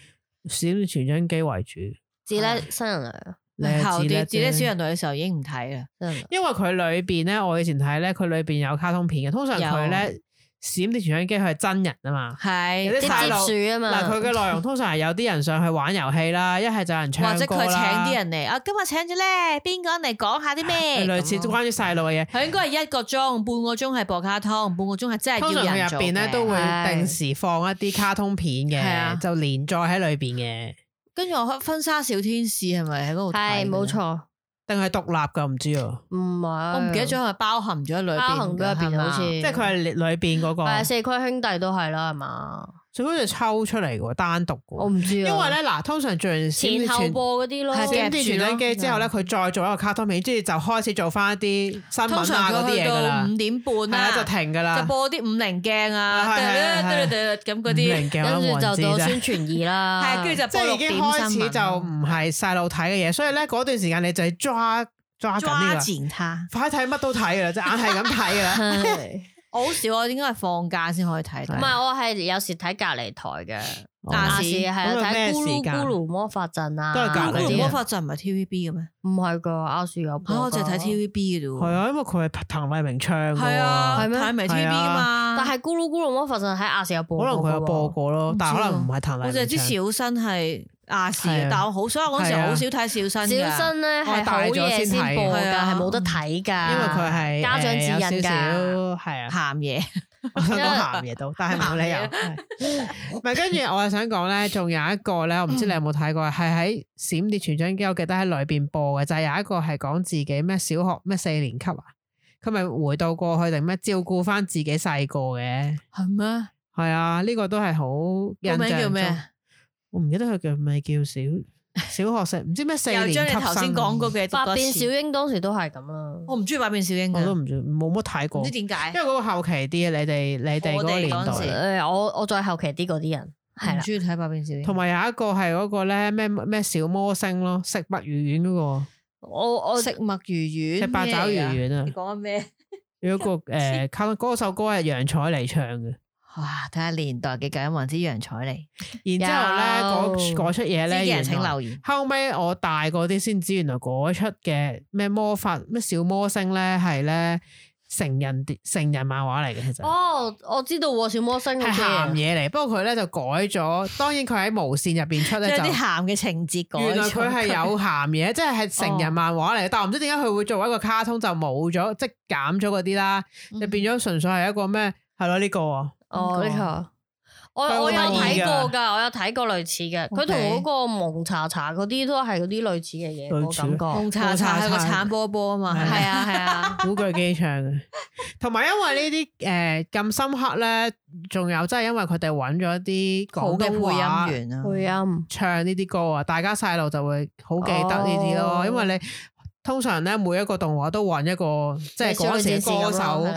S4: 小傳真機為主，
S2: 自咧新人啊類，
S4: 你係
S3: 後
S4: 自叻
S3: 啲自己
S4: 啫
S3: 小人類嘅時候已經唔睇啦，
S2: 新人類
S4: 因為佢裏邊咧，我以前睇咧，佢裏邊有卡通片嘅。通常佢咧閃電傳真機佢係真人啊嘛。有
S3: 係
S4: 啲細路
S2: 啲接樹啊
S4: 嗱，佢
S2: 嘛，
S4: 嘅內容通常係有啲人上去玩遊戲啦，一係就有人唱歌
S3: 或者佢請
S4: 啦
S3: 啲，人嚟啊，今日請咗咧邊個人嚟講下啲 咩？
S4: 類似
S3: 咁咯
S4: 關於細路嘅嘢。
S3: 佢應該係一個鐘，半個鐘係播卡通，半個鐘係真
S4: 通
S3: 係
S4: 常
S3: 要
S4: 佢
S3: 人
S4: 入
S3: 做
S4: 邊咧
S3: 嘅
S4: 都會
S2: 係
S4: 定時放一啲卡通片
S3: 係啊
S4: 嘅，就連載喺裏邊嘅，
S3: 跟住我開婚紗小天使係咪喺嗰度睇嘅
S2: 係
S3: 咧
S2: 冇，錯，
S4: 定係獨立噶唔知啊。
S2: 唔係
S3: 我唔記得咗係咪包含咗喺裏邊㗎，
S2: 包含咗入
S3: 係
S2: 邊
S3: 嘛
S2: 好似，
S4: 即係佢係裏邊嗰個，
S3: 啊
S2: 係啊四驅兄弟都係啦，係嘛？
S4: 最好就抽出嚟嘅喎，單獨嘅
S2: 我
S4: 喎。
S2: 唔知
S4: 因
S2: 啊，
S4: 為咧嗱，通常做完
S2: 前後播嗰啲咯，嗯
S3: 係
S4: 閃電
S3: 夾住
S4: 傳
S3: 咯嗯
S4: 真機之後咧，佢再做一個卡通片，跟住就開始做翻一啲新
S3: 通
S4: 聞啊
S3: 常
S4: 嗰啲
S3: 佢去
S4: 嘢㗎
S3: 到
S4: 啦，
S3: 五點半
S4: 係啊
S3: 啦
S4: 就停㗎啦
S3: 就，播啲五棱鏡啊，
S4: 係係係
S3: 嘟嘟嘟嘟咁嗰
S4: 五
S3: 啲，
S4: 零鏡
S2: 跟住
S4: 我都唔知
S2: 就到
S4: 啫
S2: 宣傳二啦，
S3: 係跟住就
S4: 即
S3: 播
S4: 係
S3: 六
S4: 已經
S3: 點
S4: 開
S3: 新
S4: 始
S3: 聞啊
S4: 就唔係細路睇嘅嘢，所以咧嗰段時間你就係抓抓緊呢
S3: 抓
S4: 個，
S3: 前他。
S4: 快睇乜都睇㗎啦，隻眼係咁睇 㗎
S2: 啊
S4: 啦。
S2: 係
S3: 我好少，我啊應該係放假先可以睇
S2: 唔
S3: 到。
S2: 係我係有時睇隔離台嘅。
S3: 亞
S2: 亞
S3: 視
S2: 視係
S4: 咁佢
S2: 有
S4: 咩
S2: 睇咕
S4: 時
S2: 嚕
S4: 間
S2: 咕嚕魔法陣啊，
S4: 都係
S3: 嗰
S4: 隔離
S3: 個
S4: 啫
S3: 魔
S4: 啫
S3: 法陣唔係 TVB 嘅咩？
S2: 唔係噶，亞視有播
S3: 啊，
S2: 㗎。
S3: 我就係睇 TVB 嘅啫
S4: 係
S3: 喎。
S4: 啊，因為佢係滕麗明唱㗎喎
S3: 係啊，
S2: 係咩
S3: 睇埋
S4: 係
S3: TVB 噶
S4: 啊
S3: 嘛。
S2: 但係咕嚕咕嚕魔法陣喺亞視有播過
S4: 可能
S2: 㗎喎，
S4: 佢有播過咯
S3: 唔，
S4: 但係
S3: 知
S4: 可能唔
S3: 喎
S4: 係滕麗
S3: 我
S4: 明
S3: 就
S4: 唱。
S3: 係知小新係亞視
S4: 係啊
S3: 嘅，但我好，所以我嗰時
S4: 係
S3: 候
S4: 啊
S3: 好少睇
S2: 小
S3: 小新嘅。
S2: 新咧
S4: 我係
S2: 係
S4: 大
S2: 好
S4: 咗
S2: 嘢
S4: 先
S2: 先
S4: 睇
S2: 播
S3: 係
S2: 㗎，
S3: 啊
S2: 係冇得睇㗎。
S4: 因為佢係
S2: 家長指引㗎，
S4: 㗎，係 啊，
S3: 鹹嘢，
S4: 我想
S2: 因
S4: 講
S2: 為
S4: 鹹嘢都，但係冇理由。係唔係跟住我係想講咧，仲有一個咧，我唔知你有冇睇過，係喺閃電傳真機，我記得喺裏邊播嘅，就係有一個係講自己咩小學咩四年級啊，佢咪回到過去定咩照顧翻自己細個嘅，
S3: 係咩？
S4: 係啊，呢個都係好印象
S3: 個名叫咩啊
S4: 中？我唔記得佢叫咪叫小小學生，唔知咩四年
S3: 又
S4: 級
S3: 將你頭先
S4: 生
S3: 講過嘅讀
S2: 百
S3: 多
S2: 變
S3: 次
S2: 小櫻當時都係咁啦。
S3: 啊我唔中意百變小櫻
S4: 我都
S3: 㗎，
S4: 唔知冇乜睇過
S3: 唔知，點
S4: 因
S3: 解
S4: 為。嗰個後期啲啊，你哋你哋嗰
S3: 我
S4: 個
S3: 哋
S4: 年
S3: 嗰陣
S4: 代
S3: 時。
S2: 誒，我我再後期啲嗰啲人係
S3: 唔
S4: 嗯
S2: 啦，
S3: 中意睇百變小櫻。
S4: 同埋有一個係嗰個咧咩咩小魔星咯，食墨魚丸嗰、
S2: 我我
S3: 食墨魚
S4: 個，食
S3: 丸，
S4: 八爪魚丸啊
S3: 你，講緊咩？
S4: 有一 個誒卡通嗰首歌係楊采妮唱嘅，
S3: 哇！睇下年代嘅九唔知楊彩妮，
S4: 然之後咧嗰
S2: 有
S4: 嗰出嘢咧，
S3: 知嘅人
S4: 原
S3: 請
S4: 來
S3: 留言。
S4: 後尾我大個啲先知，原來嗰出嘅咩魔法咩小魔星咧係咧成人碟成人漫畫嚟嘅，其實。
S2: 哦，我知道喎，小魔星
S4: 係
S2: 嗰
S4: 鹹
S2: 啲
S4: 嘢嚟，不過佢咧就改咗。當然佢喺無線入邊出咧
S3: 將
S4: 就
S3: 啲鹹嘅情節改咗。
S4: 原來佢係有鹹嘢，即係係成人漫畫嚟。但我唔知點解佢會作為一個卡通就冇咗，即係減咗嗰啲啦，
S3: 嗯
S4: 就變咗純粹係一個咩？係咯呢個啊，
S2: 哦呢個。我
S4: 佢好
S2: 我有睇
S4: 得
S2: 過
S4: 意
S2: 㗎，我有睇過類似嘅，佢
S3: OK
S2: 同嗰個蒙查查嗰啲都係嗰啲類似嘅嘢，
S4: 類
S2: 我
S4: 似
S2: 感覺。
S3: 紅茶茶係個橙波波啊嘛，
S4: 係
S3: 係啊係 啊，
S4: 古巨基唱嘅。同埋因為呢啲誒咁深刻咧，仲有真係因為佢哋揾咗一啲
S3: 好
S4: 廣
S3: 嘅
S4: 東話
S3: 配音員啊，
S2: 配音。
S4: 唱呢啲歌啊，大家細路就會好記得呢啲咯，
S2: 哦
S4: 因為你。通常咧，每一個動畫都揾一個即係嗰陣時嘅歌手，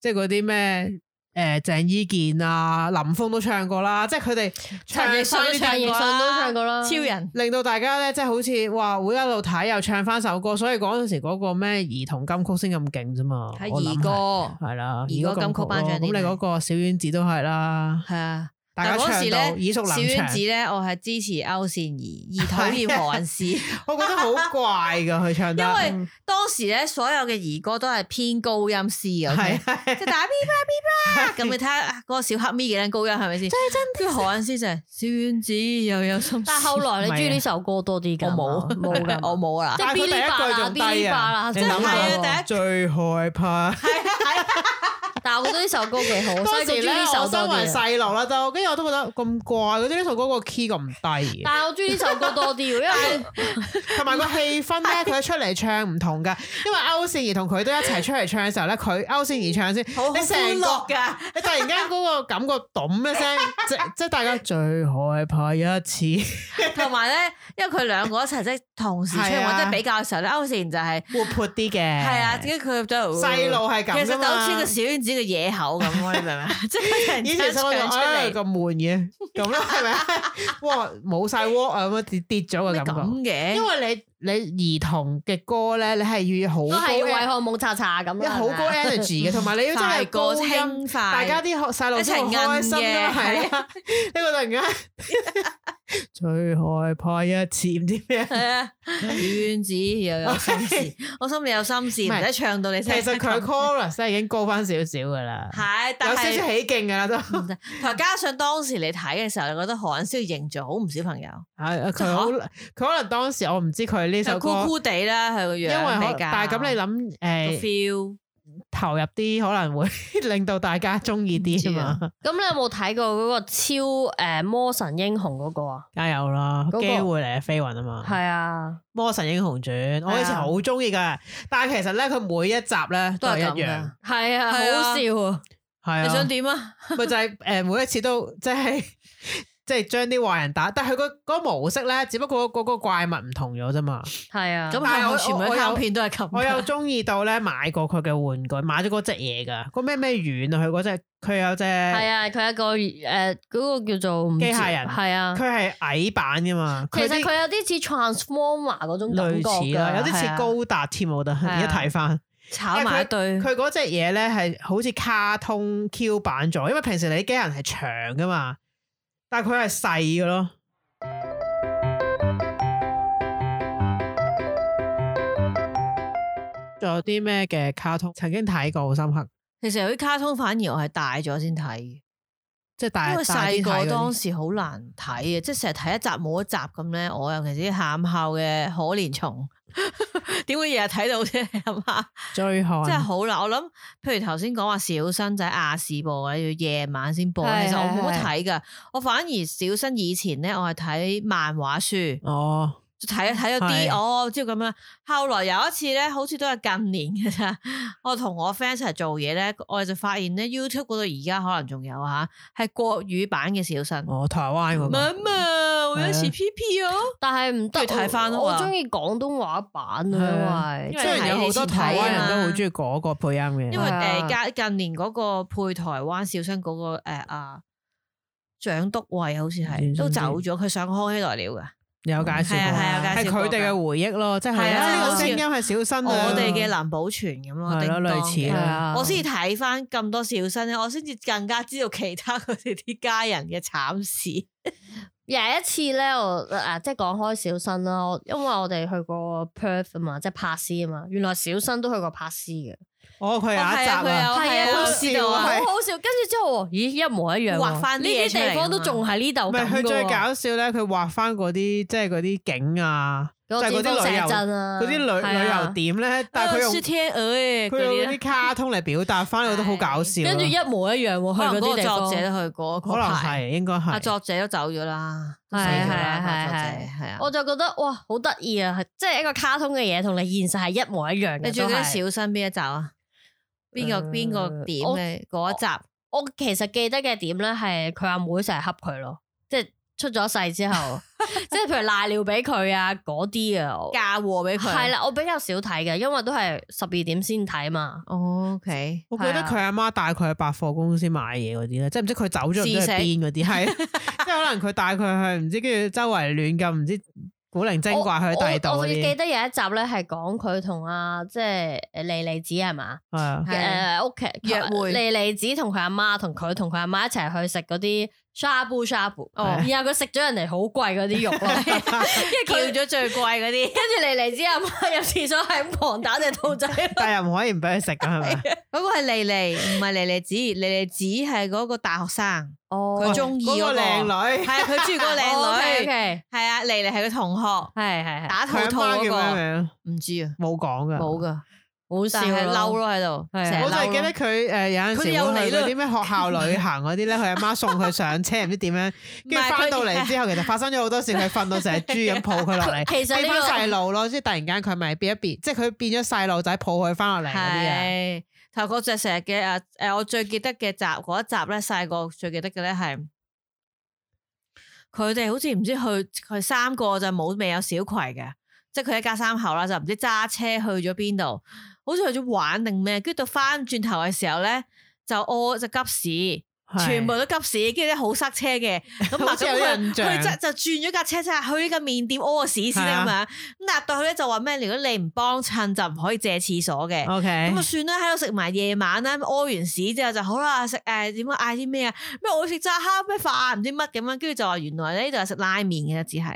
S4: 即係嗰啲咩誒鄭伊健啊、林峰都唱過啦，即係佢哋唱
S2: 陳奕
S4: 衰
S2: 迅、
S4: 啲
S2: 陳奕
S4: 唱
S2: 迅
S4: 過
S2: 都
S4: 啦
S2: 唱過啦，
S3: 超人
S4: 令到大家咧，即係好似哇會一路睇又唱翻首歌，所以嗰陣時嗰個咩兒童金曲先咁勁啫嘛。
S3: 睇
S4: 我諗
S3: 兒歌
S4: 係啦，
S3: 兒歌金曲頒獎
S4: 咯咁
S3: 典禮
S4: 你嗰個小丸子都係啦，
S3: 係啊，
S4: 大家
S3: 但嗰時
S4: 唱
S3: 咧
S4: 到耳熟
S3: 小
S4: 能
S3: 丸子
S4: 詳，
S3: 咧，我係支持歐善怡，而討厭何韻詩。
S4: 我覺得好怪噶佢唱得，
S3: 因為當時咧，所有嘅兒歌都係偏高音 C 嘅，OK？
S4: 係啊
S3: 即係打 B 啦 B 啦，咁你睇下啊嗰個小黑咪幾撚高音係咪先？真真，何韻詩就係小丸子又有心思，
S2: 但係後來你
S4: 啊
S2: 中意呢首歌多啲㗎
S3: 我
S2: 嘛？
S3: 冇
S2: 冇㗎嘛，
S3: 我冇啦
S2: 即。係
S4: 但係佢第一句仲低啊，
S2: 嗶哩吧啦嗶哩吧啦
S4: 你諗
S3: 真係啊
S4: 下最害怕。
S2: 但係我覺得呢首歌幾 好，所以
S4: 當
S2: 我中
S4: 時
S2: 意
S4: 咧，
S2: 呢首
S4: 我
S2: 多
S4: 身為
S2: 啲啊。
S4: 細路啦都，跟住我都覺得咁怪，佢呢首歌個 key 咁低嘅，
S2: 但係我中意呢首歌多啲喎，因為
S4: 同埋個氣氛咧，佢一出嚟唱唔同噶。因為歐善怡同佢都一齊出嚟唱嘅時候咧，佢歐善怡唱先，
S3: 好好
S4: 你
S3: 歡
S4: 成
S3: 樂
S4: 個
S3: 㗎，
S4: 你突然間嗰個感覺咚一聲，即即係大家最害怕一次，
S3: 同埋咧，因為佢兩個一齊即係同時出去
S4: 係
S3: 玩，
S4: 啊
S3: 即係比較嘅時候咧，歐善就係
S4: 活潑啲嘅。
S3: 係啊，跟住佢入咗
S4: 細路係
S3: 其
S4: 咁
S3: 實就
S4: 噶
S3: 好似
S4: 嘛
S3: 個。小丸子嘅野口咁咯，你明唔 明？即係突然
S4: 以
S3: 之
S4: 前細
S3: 間唱
S4: 個就
S3: 出
S4: 唉
S3: 嚟
S4: 咁悶嘅，咁 啦係咪 啊？哇，冇晒 w 啊咁樣跌跌咗個
S3: 咩
S4: 感覺。
S3: 咁嘅，
S4: 因為你你兒童嘅歌咧，你係要好
S2: 都
S4: 高
S2: 係為
S4: en-
S2: 何冇查查咁啦。
S4: 要好高
S2: 係咪
S4: energy 嘅，同埋你要真係高
S3: 啊嗯快過
S4: 音，
S3: 輕快
S4: 大家啲學細路都好開心
S3: 一齊
S4: 啦，
S3: 摁嘅
S4: 係 啦，呢個突然間最害怕一次唔知咩。
S3: 係啊，小丸子又 有心事，我心裏有心事，唔
S4: 唔係
S3: 使唱到你
S4: 其
S3: 聲。
S4: 實佢 chorus 咧已經高翻少少噶啦，
S3: 係，
S4: 有
S3: 但
S4: 少少
S3: 係
S4: 起勁噶啦都。
S3: 唔得同埋加上當時你睇嘅時候，你覺得何韻詩嘅形象好唔小朋友，
S4: 啊佢好，佢可能當時我唔知佢呢首
S3: 就酷
S4: 歌，
S3: 酷地啦，佢個
S4: 因為可
S3: 樣比較。
S4: 但係咁你諗
S3: 個
S4: 誒
S3: feel
S4: 投入啲，可能會 令到大家中意啲啊嘛。
S2: 咁你有冇睇過嗰個超誒魔神英雄嗰個啊？
S4: 加油啦！
S2: 嗰個
S4: 機會嚟飛雲啊嘛，
S2: 係啊，
S4: 《魔神英雄傳》，
S3: 啊
S4: 我以前好中意噶，但係其實咧佢每一集咧都
S3: 都
S4: 係
S3: 係
S4: 一
S3: 咁
S4: 樣
S3: 噶，。
S2: 係啊，
S3: 係
S2: 好
S3: 啊
S2: 笑啊！
S4: 係
S3: 你想
S4: 啊，
S3: 點啊？
S4: 咪就係誒每一次都即係 即係將啲壞人打，但係佢個嗰個模式咧，只不過嗰個怪物唔同咗啫嘛。
S2: 係啊，
S3: 咁
S4: 但係
S3: 佢
S4: 我
S3: 全部
S4: 我
S3: 啲
S4: 我有
S3: 卡通片都係咁㗎。
S4: 我有中意到咧買過佢嘅玩具，買咗嗰隻嘢噶，個咩咩丸啊，佢嗰隻佢有隻
S2: 係
S4: 佢
S2: 啊，佢有一個誒嗰個叫做唔知
S4: 機械人
S2: 係啊。
S4: 係矮版噶嘛，
S2: 其實
S4: 啲
S2: 佢有啲似 Transformer 嗰種感
S4: 類
S2: 覺
S4: 似啦，
S2: 㗎
S4: 有啲
S2: 係啊
S4: 似高達添，我覺得
S3: 啊嗯
S4: 而家睇翻。
S3: 炒埋一堆，
S4: 佢嗰隻嘢咧係好似卡通 Q 版咗，因為平時你啲機械人係長噶嘛，但係佢係細嘅咯。仲有啲咩嘅卡通曾經睇過好深刻，
S3: 其實有啲卡通反而我係大咗先睇嘅。
S4: 即係大
S3: 因為
S4: 大
S3: 細
S4: 啲睇嗰
S3: 個
S4: 啲
S3: 當時好難睇嘅，即係成日睇一集冇一集咁咧。我尤其是啲喊校嘅可憐蟲， 點會日日睇到啫？係嘛，
S4: 追看，
S3: 啊真係好難。我諗，譬如頭先講話小新仔亞視播嘅，要夜晚先播。
S2: 係
S3: 其實我冇乜
S2: 係
S3: 睇噶，我反而小新以前咧，我係睇漫畫書，
S4: 哦，
S3: 睇
S4: 係
S3: 睇咗啲，哦，知道咁樣。後來有一次咧，好似都係近年嘅咋，我同我 friend 一齊做嘢咧，我哋就發現咧 YouTube 嗰度而家可能仲有吓，係國語版嘅小新。
S4: 哦，台灣嗰個
S3: 媽媽，我要
S4: 啊
S3: 吃屁屁哦！
S2: 但係唔得，
S3: 都要睇返啊
S2: 我
S3: 嘛
S2: 中意廣東話版啊，因為
S4: 係
S3: 為
S4: 雖然有好多
S3: 啊
S4: 台灣
S2: 啊
S4: 人都好中意嗰個配音嘅，
S3: 因為
S2: 係啊
S3: 誒近近年嗰個配台灣小生嗰個誒啊蔣篤慧啊好似係
S4: 唔知
S3: 都走咗，佢上康熙來了噶。
S4: 有介紹
S3: 係啊係啊
S4: 過，
S3: 介
S4: 係
S3: 紹過
S4: 佢哋嘅回憶咯，即係
S3: 係啊
S4: 啊呢
S3: 好
S4: 個
S3: 似
S4: 聲音係小新啊
S3: 我哋嘅林保全咁咯，
S4: 係
S3: 叮
S4: 咯
S3: 當
S4: 類似
S2: 係
S3: 嘅
S4: 啊
S2: 啊，
S3: 我先至睇翻咁多小生咧，我先至更加知道其他佢哋啲家人嘅慘事。
S2: 有一次咧，我誒即係講開小新啦，我因為我哋去過 Perth 啊嘛，即係帕斯啊嘛，原來小新都去過帕斯嘅，
S4: 哦，佢有
S3: 哦
S4: 一
S3: 係
S4: 集
S3: 啊佢
S4: 啊
S3: 有。
S2: 係啊
S4: 好
S3: 知道
S4: 笑
S2: 好
S4: 啊
S3: 啊，
S2: 好笑。跟住之後，咦，一模一樣喎，
S3: 畫返啲
S2: 呢
S3: 嘢
S2: 啲
S3: 出嚟啊
S2: 地方都
S3: 㗎嘛
S2: 仲喺呢度
S4: 唔
S2: 咁
S4: 係佢
S2: 㗎喎
S4: 最搞笑咧，佢畫翻嗰啲即係嗰啲景啊，
S2: 嗰
S4: 就係
S2: 個尖
S4: 嗰啲
S2: 峰
S4: 旅遊
S2: 石陣啊，
S4: 嗰啲旅旅遊點咧，但係佢用
S3: 是啊天鵝嘅
S4: 佢
S3: 嗰
S4: 用嗰
S3: 啲咧
S4: 啲卡通嚟表達翻，我覺得好搞笑
S2: 係
S4: 咯。
S2: 啊跟住一模一樣 喎，去
S3: 可能
S2: 嗰
S3: 嗰
S2: 啲
S3: 個
S2: 地方
S3: 作者都去過，
S4: 可能係應該
S3: 啊
S4: 係
S3: 作者都走咗啦，都死
S2: 係
S3: 咗
S2: 係
S3: 啦，
S2: 係
S3: 個作
S2: 係
S3: 者係啊。
S2: 我就覺得哇，好得意啊！係即係一個卡通嘅嘢，同你現實係一模一樣嘅。
S3: 你最記
S2: 都
S3: 得
S2: 係
S3: 小新邊一集啊？邊個
S4: 誒
S3: 邊個點嘅嗰一集？
S2: 我其實記得嘅點咧，係佢阿妹成日恰佢咯，即係出咗世之 後， 即係譬如賴尿俾佢啊嗰啲啊，我
S3: 嫁禍俾佢
S2: 係，啦，我比較少睇嘅，因為都係十二點先睇嘛。
S3: 哦，OK，
S4: 我記得佢阿媽帶佢去百貨公司買嘢嗰啲咧，即係唔知佢走咗唔知去
S3: 自食
S4: 邊嗰啲，係 即係可能佢帶佢去唔知，跟住周圍亂咁，唔知古靈精怪去第二度
S2: 我我我
S4: 嗰
S2: 記
S4: 啲，
S2: 得有一集咧係講佢同阿即係誒莉莉子係嘛？
S4: 係啊
S3: 係
S2: 誒屋企
S3: 約會
S2: 莉莉子同佢阿媽同佢同佢阿媽一齊去食嗰啲沙布沙布，
S3: 哦
S2: 然後佢食咗人哋好貴嗰啲肉咯， 因為佢
S3: 叫咗最貴嗰啲。
S2: 跟住嚟嚟之後，入廁所係咁狂打隻兔仔，
S4: 但又唔可以唔俾佢食噶，係咪？
S3: 嗰個係莉莉，唔係莉莉子，莉莉子係嗰個大學生，
S2: 哦
S3: 佢中意
S4: 嗰
S3: 嗰
S4: 個
S3: 個
S4: 靚女，
S3: 係啊佢中意嗰 個靚女，
S2: ，OK，
S3: 係啊，莉莉係佢同學，
S2: 哦係啊係係，
S3: 打兔
S4: 佢阿
S3: 兔
S4: 媽叫咩
S3: 嗰
S4: 名？
S3: 個，唔知啊，
S4: 冇講噶，
S3: 冇噶，
S2: 好笑
S3: 但係嬲
S2: 咯，
S3: 咯喺度，
S2: 係啊
S3: 成日
S4: 我就
S3: 嬲
S4: 係記
S3: 咯
S4: 得佢誒有陣時
S3: 佢哋有
S4: 會去
S3: 嚟
S4: 嗰
S3: 啦
S4: 啲咩學校旅行嗰啲咧，佢阿媽送佢上車，唔知點樣，跟住
S3: 唔係
S4: 翻
S3: 佢
S4: 到嚟之後，其實發生咗好多事，佢瞓到成隻豬咁 抱佢落嚟，
S2: 其實呢
S4: 俾
S2: 個
S4: 翻細路咯，即係突然間佢咪變一變，即係佢變咗細路仔抱佢翻落嚟嗰啲啊，
S3: 係頭嗰隻成日嘅啊誒，我最記得嘅集嗰一集咧，細個最記得嘅咧係佢哋好似唔知去佢三個就冇未有小葵嘅，即係佢一家三口啦，就唔知揸車去咗邊度，好似去咗玩定咩，跟住到翻轉頭嘅時候咧就屙就急屎。
S4: 係
S3: 全部都急屎，跟住咧好塞車嘅，咁
S4: 好
S3: 啊
S4: 似
S3: 咁
S4: 有
S3: 佢
S4: 印象
S3: 佢就就轉咗架車，即係去呢個麵店屙個屎先
S4: 係
S3: 啦咁
S4: 啊
S3: 樣。咁但係入到去咧就話咩？如果你唔幫襯就唔可以借廁所嘅。
S4: 哦 OK，
S3: 咁啊算啦，喺度食埋夜晚啦，屙完屎之後就好啦，食誒點啊嗌啲咩啊？咩我食炸蝦咩飯唔知乜咁樣，跟住就話原來呢度係食拉麵嘅，只係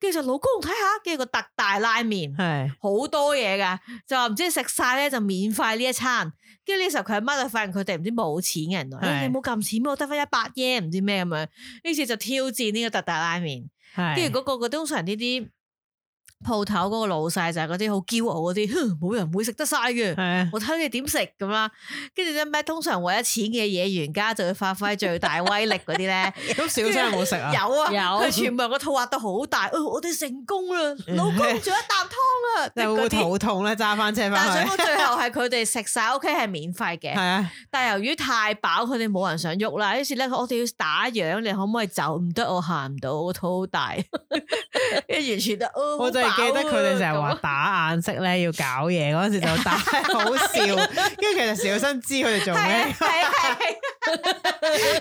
S3: 跟住就老公睇下，跟住個特大拉麵。
S4: 係
S3: 好多嘢噶，就話唔知食晒咧就免費呢一餐。跟住呢時候佢阿媽就發現佢哋唔知冇錢嘅原來，
S4: 係
S3: 哎你冇撳錢咩？我得翻一百 yen 唔知咩咁樣。於是就挑戰呢個特大拉麵。
S4: 係，
S3: 跟住嗰個佢通常呢啲鋪頭嗰個老細就係嗰啲好驕傲嗰啲，哼冇人會食得晒嘅。
S4: 係啊
S3: 我睇你點食咁啦，跟住咧咩？通常為咗錢嘅嘢，原家就會發揮最大威力嗰啲咧。
S4: 咁小生有冇食啊？
S3: 有啊，
S2: 有
S3: 佢全部人個肚挖到好大，哦我哋成功啦，老公仲有一啖湯 啊，
S4: 你會唔會
S3: 嗰啲
S4: 肚痛咧？揸翻車
S3: 但係
S4: 翻
S3: 想
S4: 去
S3: 講，最後係佢哋食晒屋企係免費
S4: 係
S3: 嘅，
S4: 啊，
S3: 但係由於太飽，佢哋冇人想喐啦。於是咧，我哋要打烊，你可唔可以走？唔得，我行唔到，我肚 好大，跟住完全得。哦
S4: 我就係記得佢哋成日話
S3: 好飽啊
S4: 打眼色咧，要搞嘢嗰陣時就打，好笑。 跟住其實小生知佢哋做
S3: 咁係
S4: 咩
S3: 啊。係啊係啊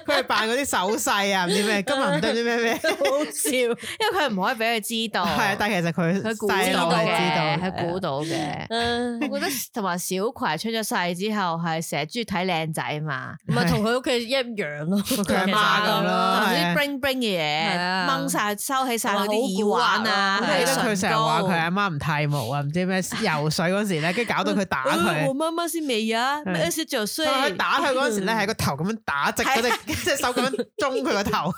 S4: 佢係扮嗰啲手勢啊，唔知 咩，今日唔得唔知咩咩，
S2: 好笑，
S3: 因為佢唔可以俾佢知道，
S4: 係，啊但係其實佢
S3: 哦佢估到
S4: 細路
S3: 嘅，
S4: 係知道，
S3: 佢估到嘅。
S2: 嗯
S3: 我覺得同埋小葵出咗世之後，係成日中意睇靚仔嘛。
S2: 唔係同佢屋企一樣 咯，
S4: 佢阿媽咁咯係
S3: 同
S4: 啊
S3: 啲 bling bling
S2: 係
S3: 嘅嘢，
S2: 啊
S3: 掹晒收起晒佢啲
S2: 好
S3: 耳
S2: 古惑
S3: 環
S2: 啊
S3: 啊，
S4: 我
S2: 係
S4: 記得佢成日話佢阿
S3: 啊
S4: 媽唔剃毛啊，唔知咩游水嗰時咧，跟住搞到佢打
S3: 我
S4: 佢。
S3: 媽媽先未啊，
S4: 係
S3: 咩事就衰，
S4: 佢打佢嗰陣時咧，係個頭咁樣打直嗰隻，隻手咁樣中佢 個頭，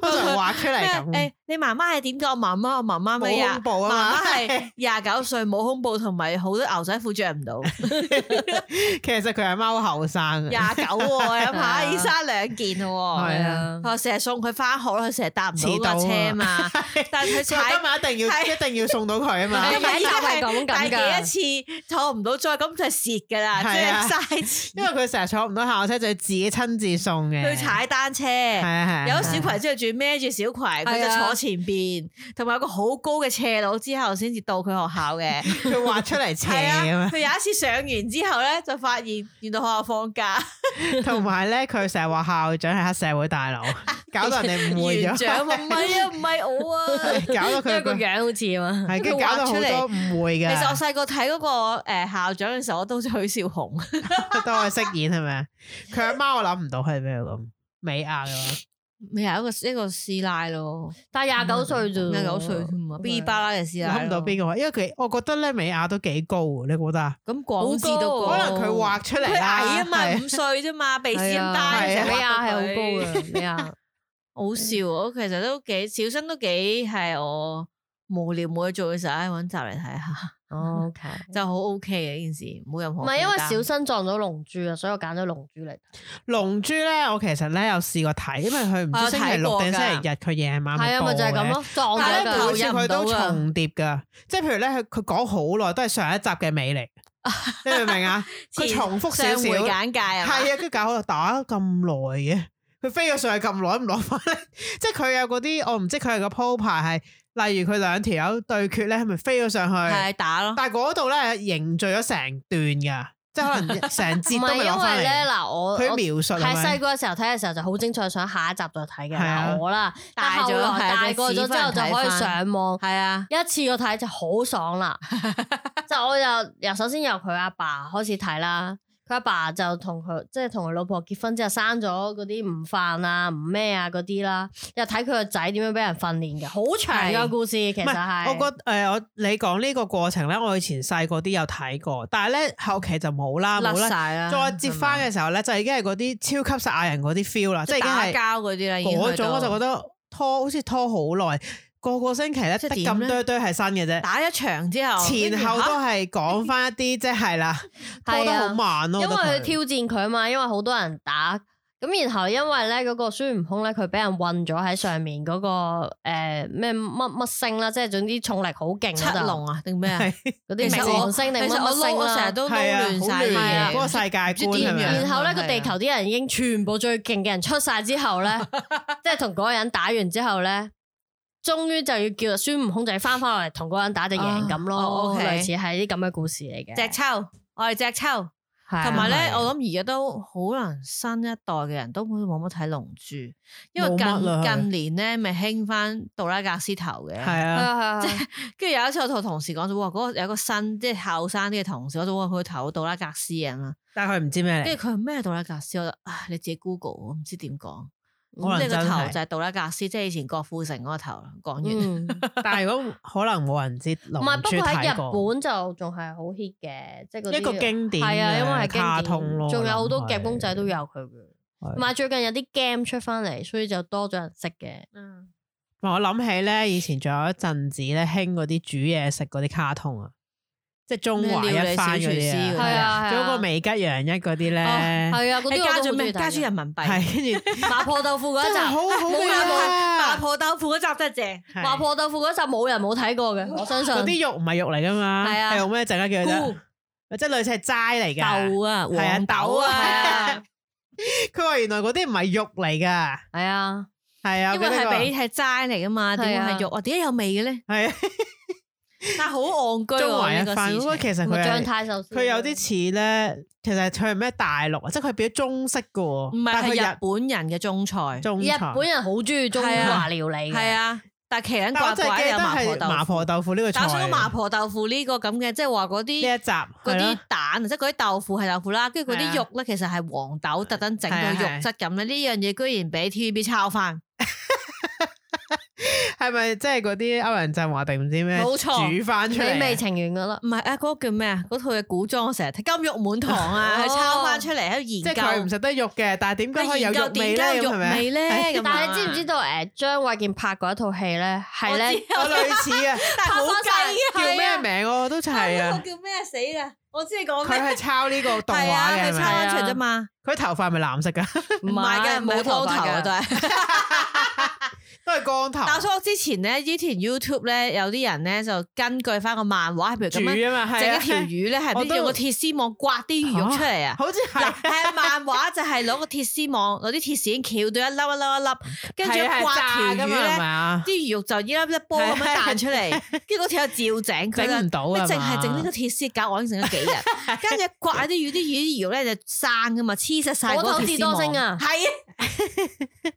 S4: 通常畫出嚟咁
S3: 誒，你媽媽係點㗎？我媽媽，我媽媽咩
S4: 冇
S3: 啊
S4: 恐？怖啊
S3: 媽
S4: 嘛
S3: 媽。係 廿九歲冇胸部，同埋好多牛仔褲着唔到，
S4: 其實佢阿媽好後生
S3: 廿
S4: 啊，
S3: 九喎，有
S2: 係
S3: 排
S2: 啊
S3: 醫生兩件喎。
S4: 係啊
S2: 啊，
S3: 我成日送佢翻學啦，佢成日搭唔到
S4: 遲到啊啊
S3: 架 車嘛，但係佢
S4: 今
S3: 踩
S4: 日一定要
S3: 係
S4: 一定要送到佢啊嘛。
S2: 係咪
S3: 係
S2: 咁咁
S3: 但
S2: 㗎
S3: 係幾多次坐唔到再咁就蝕㗎啦，
S4: 係啊
S3: 即係嘥
S4: 因
S3: 錢
S4: 為。佢成日坐唔到校車，就要自己親自送嘅。
S3: 去踩單車，
S4: 係
S3: 有
S4: 啊係啊。
S3: 咗小葵之後，仲要孭住小葵，佢
S2: 係啊
S3: 就坐前邊，同埋有個好高嘅斜路之後，先至到佢學校嘅。
S4: 佢畫出嚟斜
S3: 係
S4: 咁樣。
S3: 啊，佢有一次上完之後咧，就發現原來學校放假，啊
S4: 同埋咧，佢成日話校長係黑社會大佬，搞到人哋誤會
S3: 園
S4: 咗，
S3: 長話唔係啊，唔係我啊。
S4: 搞到
S2: 因為個
S4: 佢個
S2: 樣好似啊嘛，
S4: 係跟住搞到好
S3: 佢畫出嚟
S4: 多誤會
S3: 其
S4: 嘅。
S3: 實我細個睇嗰個誒校長嘅時候，我都好似許紹雄，
S4: 佢當佢飾演係咪啊？佢阿媽我諗唔到係咩咁，美亞嘅
S3: 咪係一個一個師奶咯，
S2: 但係廿九歲啫喎，
S3: 廿九歲添啊，B 巴拉嘅師
S4: 話，
S3: 奶
S4: 諗
S3: 咯，
S4: 唔到邊個位，因為佢我覺得咧美亞都幾高喎，你覺得啊？
S3: 咁廣智
S2: 好
S3: 都
S2: 高
S3: 高
S4: 可能佢畫出嚟
S3: 哦佢
S4: 啦
S3: 矮啊嘛，
S4: 係
S3: 五歲啫嘛，鼻屎
S2: 係
S3: 咁
S2: 啊，
S3: 大，
S4: 係啊
S2: 美亞係
S3: 成
S2: 好
S3: 日畫到佢
S2: 高 嘅，美啊亞。
S4: 嗯
S3: 好笑，我其實都幾小新都幾係我無聊冇嘢做嘅時候，唉揾集嚟睇下，
S2: O K，
S3: 就好
S4: 嗯
S3: OK 嘅呢件事，冇任何
S2: 唔係因為
S3: 負擔
S2: 小新撞到龍珠啊，所以我揀咗龍珠嚟睇。
S4: 龍珠咧，我其實咧有試過睇，因為佢唔知星期六定星期日佢夜晚
S2: 係啊，咪就係
S4: 係
S2: 咁。咯，撞
S4: 但
S2: 咗
S4: 係咧，每
S2: 㗎。
S4: 次佢都
S2: 啊
S4: 重疊噶，即係譬如咧，佢佢講好耐都係上一集嘅 尾嚟，你明唔明啊？佢
S3: 前
S4: 重複少
S3: 上回
S4: 少，
S3: 簡介啊，
S4: 係啊，跟住搞好打咁耐嘅，佢飛咗上去咁耐唔攞翻嚟， 即係佢有嗰啲我唔知佢係個鋪排係，例如佢兩條友對決咧，係咪飛咗上去？
S3: 係打咯，
S4: 但係嗰度咧凝聚咗成段噶，即係可能成
S2: 唔
S4: 節都
S2: 係
S4: 未攞
S2: 因
S4: 翻
S2: 為
S4: 嚟
S2: 咧。嗱，我
S4: 佢
S2: 我
S4: 描述係
S2: 係
S4: 咪
S2: 細個嘅時候睇嘅時候就好精彩，想下一集再睇嘅
S4: 係啊
S2: 嗱我啦。但
S3: 大咗
S2: 後來
S3: 係
S2: 大
S3: 就
S2: 個咗
S3: 屎
S2: 之後就
S3: 忽
S2: 可
S3: 人睇
S2: 以
S3: 返
S2: 上網
S3: 係啊，
S2: 一次過 睇就好爽啦。就我又由首先由佢阿爸開始睇啦，佢阿爸就同佢即係同佢老婆結婚之後生咗嗰啲唔犯啊唔咩啊嗰啲啦，又睇佢個仔點樣俾人訓練嘅，好長
S3: 係
S2: 嘅故事其
S4: 唔
S2: 實係。
S4: 係，我覺誒我你講呢個過程咧，我以前細個啲有睇過，但係咧後期就冇啦，冇
S3: 甩
S4: 啦。
S3: 晒啦，
S4: 再接翻
S3: 係嘛
S4: 嘅時候咧，就已經係嗰啲超級殺人嗰啲 feel 啦，即係已經
S3: 打
S4: 係
S3: 交嗰啲啦，已經
S4: 嗰
S3: 去
S4: 種，
S3: 到
S4: 我就覺得拖好似拖好耐，個個星期咧
S3: 即
S4: 得
S3: 係點
S4: 咁
S3: 咧
S4: 堆堆係新嘅啫。
S3: 打一場之後，
S4: 前後都係講翻一啲，即係啦，拖
S2: 係
S4: 得
S2: 啊
S4: 好慢咯。
S2: 因為
S4: 我覺得
S2: 佢
S4: 佢
S2: 挑戰佢啊嘛，因為好多人打。咁然後因為咧嗰個孫悟空咧，佢俾人韞咗喺上面嗰、個誒咩乜乜星啦，即係總之重力好勁
S3: 七
S2: 嗰度
S3: 龍啊定咩啊？
S4: 係
S2: 嗰
S3: 其實
S2: 啲
S3: 我
S2: 王星定乜
S3: 其實我
S2: 乜
S3: 撈
S2: 星
S3: 我成
S2: 啦
S3: 日。都撈
S4: 係啊，好
S3: 亂晒
S4: 亂嘅嗰個
S3: 嘢，
S4: 世界
S3: 唔知
S4: 觀係
S3: 點樣
S4: 咪
S2: 然
S4: 啊？
S2: 後咧
S3: 係啊
S2: 個地球啲人已經全部最勁嘅人出晒之後 咧，即係同嗰個人打完之後咧，終於就要叫孫悟空仔翻翻落嚟同嗰個人打就贏咁
S3: 啊哦
S2: 咯，
S3: ，OK
S2: 類似係啲咁嘅故事嚟嘅。
S3: 隻抽，我係隻抽。
S2: 係啊
S3: 同埋咧，
S2: 係
S3: 我諗而家都好難新一代嘅人都冇乜睇龍珠，因為
S4: 冇乜啦係
S3: 近近年咧咪興翻杜拉格斯頭嘅。
S4: 係啊，
S2: 啊係啊係啊
S3: 跟住有一次我同同事講咗，哇！嗰、個有個新即係後生啲嘅同事，我就話佢個頭杜拉格斯咁啦。
S4: 但係佢唔知咩
S3: 跟
S4: 嚟，
S3: 住佢話咩杜拉格斯？我就唉，你自己 Google，我唔知點講。
S4: 可
S3: 咁
S4: 能
S3: 你個
S4: 真
S3: 頭
S4: 係嗯
S3: 就係杜拉格斯，即係以前郭富城嗰個頭啦。講完。
S2: 嗯
S4: 但係如果可能冇人知龍
S2: 唔係，不
S4: 珠
S2: 過喺
S4: 睇
S2: 日
S4: 過
S2: 本就仲係好 hit 嘅，即係嗰啲
S4: 一個經典
S2: 係啊，因為係
S4: 嘅
S2: 經
S4: 卡
S2: 典
S4: 通咯，
S2: 仲有好多
S4: 我諗係
S2: 夾公仔都有佢嘅。
S4: 係
S2: 唔係最近有啲 game 出翻嚟，所以就多咗人識嘅。
S4: 我諗起咧，以前仲有一陣子咧，興嗰啲煮嘢食嗰啲卡通啊，即係中華一番嗰
S3: 咩料理小廚
S4: 啲
S3: 師嗰啲
S4: 啊，
S3: 係
S2: 啊
S4: 仲有個美吉洋一嗰啲
S2: 哦
S4: 咧，
S2: 係啊，嗰
S3: 你
S2: 啲
S3: 加
S2: 我都
S3: 咗
S2: 好中
S3: 咩？
S2: 意
S3: 加咗
S2: 睇
S3: 人
S2: 嘅。
S3: 民幣。
S4: 係跟住
S2: 麻婆豆腐嗰一
S4: 真係
S2: 集，
S4: 好好
S3: 冇
S4: 味
S3: 人冇
S4: 啊
S3: 麻！婆豆腐嗰集真 係正。
S4: 係
S2: 麻婆豆腐嗰集冇人冇睇過嘅，我相信。
S4: 嗰啲肉唔係肉嚟噶嘛，
S2: 係啊
S4: 係用咩整啊叫佢啫？即係類似係齋嚟㗎。
S3: 啊
S4: 係啊
S3: 黃
S4: 豆啊
S3: 係啊
S4: 佢話原來嗰啲唔係肉嚟㗎，
S2: 係啊，
S4: 係啊，
S3: 因為係俾
S4: 係
S3: 你係齋嚟噶嘛，點會係肉啊？點解有味嘅咧？
S4: 係啊
S3: 但係好戇居喎，
S4: 中華一
S3: 呢個
S4: 飯
S3: 事
S4: 嗰
S3: 情
S4: 個其實
S2: 咪
S4: 佢
S2: 張
S4: 係
S2: 太壽司。
S4: 佢有啲似咧，其實佢係咩大陸啊，即係佢變咗中式㗎喎，
S3: 唔係
S4: 但
S3: 係
S4: 佢
S3: 日本人嘅中菜，
S4: 中
S2: 日
S4: 餐
S2: 本人好中意中華料理嘅。
S3: 係啊，但係奇撚
S4: 但我
S3: 怪
S4: 就係
S3: 怪
S4: 記
S3: 有
S4: 得
S3: 麻婆
S4: 係
S3: 豆
S4: 麻
S3: 腐。
S4: 婆豆腐呢個菜。
S3: 但我想講麻婆豆腐呢個咁嘅，即係話嗰
S4: 呢一
S3: 啲
S4: 集
S3: 嗰
S4: 嗰
S3: 啲蛋，即係嗰啲豆腐係豆腐啦，跟住嗰
S4: 係啊
S3: 啲肉咧其實係黃豆特登整到
S4: 係啊
S3: 肉
S4: 係啊
S3: 質咁咧，呢樣嘢居然俾 TVB 抄翻，
S4: 係咪即係嗰啲歐陽震華定唔知咩？
S3: 冇錯
S4: 煮翻出嚟。
S2: 你未情願噶啦，
S3: 唔係啊嗰個叫咩啊？嗰套嘅古裝我成日睇《金玉滿堂》啊，
S2: 哦
S3: 佢抄翻出嚟喺度研
S4: 即係佢唔
S3: 究，
S4: 食得肉嘅，但係點解可以有肉味咧？
S3: 研究點解有
S4: 咁係
S3: 肉
S4: 咪？
S3: 味咧？咁
S2: 但係你
S3: 啊
S2: 知唔知？道誒張衛健拍過一套戲咧，係
S3: 我
S2: 咧
S3: 知
S4: 我類似啊，
S3: 但係好
S2: 拍返晒
S3: 計
S4: 叫
S3: 係啊
S4: 咩名我都係
S3: 呢
S4: 啊
S3: 個。叫咩死啦？我知你講
S4: 佢
S3: 咩。
S4: 係抄呢個動畫
S3: 係啊，
S4: 嘅，係
S3: 佢抄
S4: 咪？
S3: 翻出嚟啫嘛，
S4: 佢頭髮係咪藍色㗎？
S2: 唔
S3: 唔係嘅，冇光頭啊，都
S2: 係
S3: 係。
S4: 都係光頭。
S3: 但係我之前咧，之前 YouTube 咧，有啲人咧就根據翻個漫畫，譬如
S4: 煮
S3: 咁樣
S4: 啊嘛，係
S3: 整
S4: 啊
S3: 一條魚咧，係
S4: 我都
S3: 邊用個鐵絲網刮啲魚肉出嚟啊？
S4: 好似
S3: 嗱，
S4: 係
S3: 係漫畫就係攞個鐵絲網，攞啲鐵線翹到一粒一粒一粒，跟住
S4: 係啊係
S3: 刮
S4: 炸
S3: 條
S4: 㗎嘛
S3: 魚
S4: 係咪
S3: 咧，
S4: 啊？
S3: 啲魚肉就一粒一波咁樣彈出嚟，跟住嗰條友照整佢
S4: 整唔到啊
S3: 你
S4: 嘛
S3: 淨係整呢個鐵絲架，我已經整咗幾日，跟住刮下啲魚，啲魚啲魚肉咧就生㗎嘛，黐實晒嗰
S2: 我
S3: 個
S2: 頭
S3: 鐵
S2: 至
S3: 絲
S2: 多
S3: 網。
S2: 星啊！
S3: 係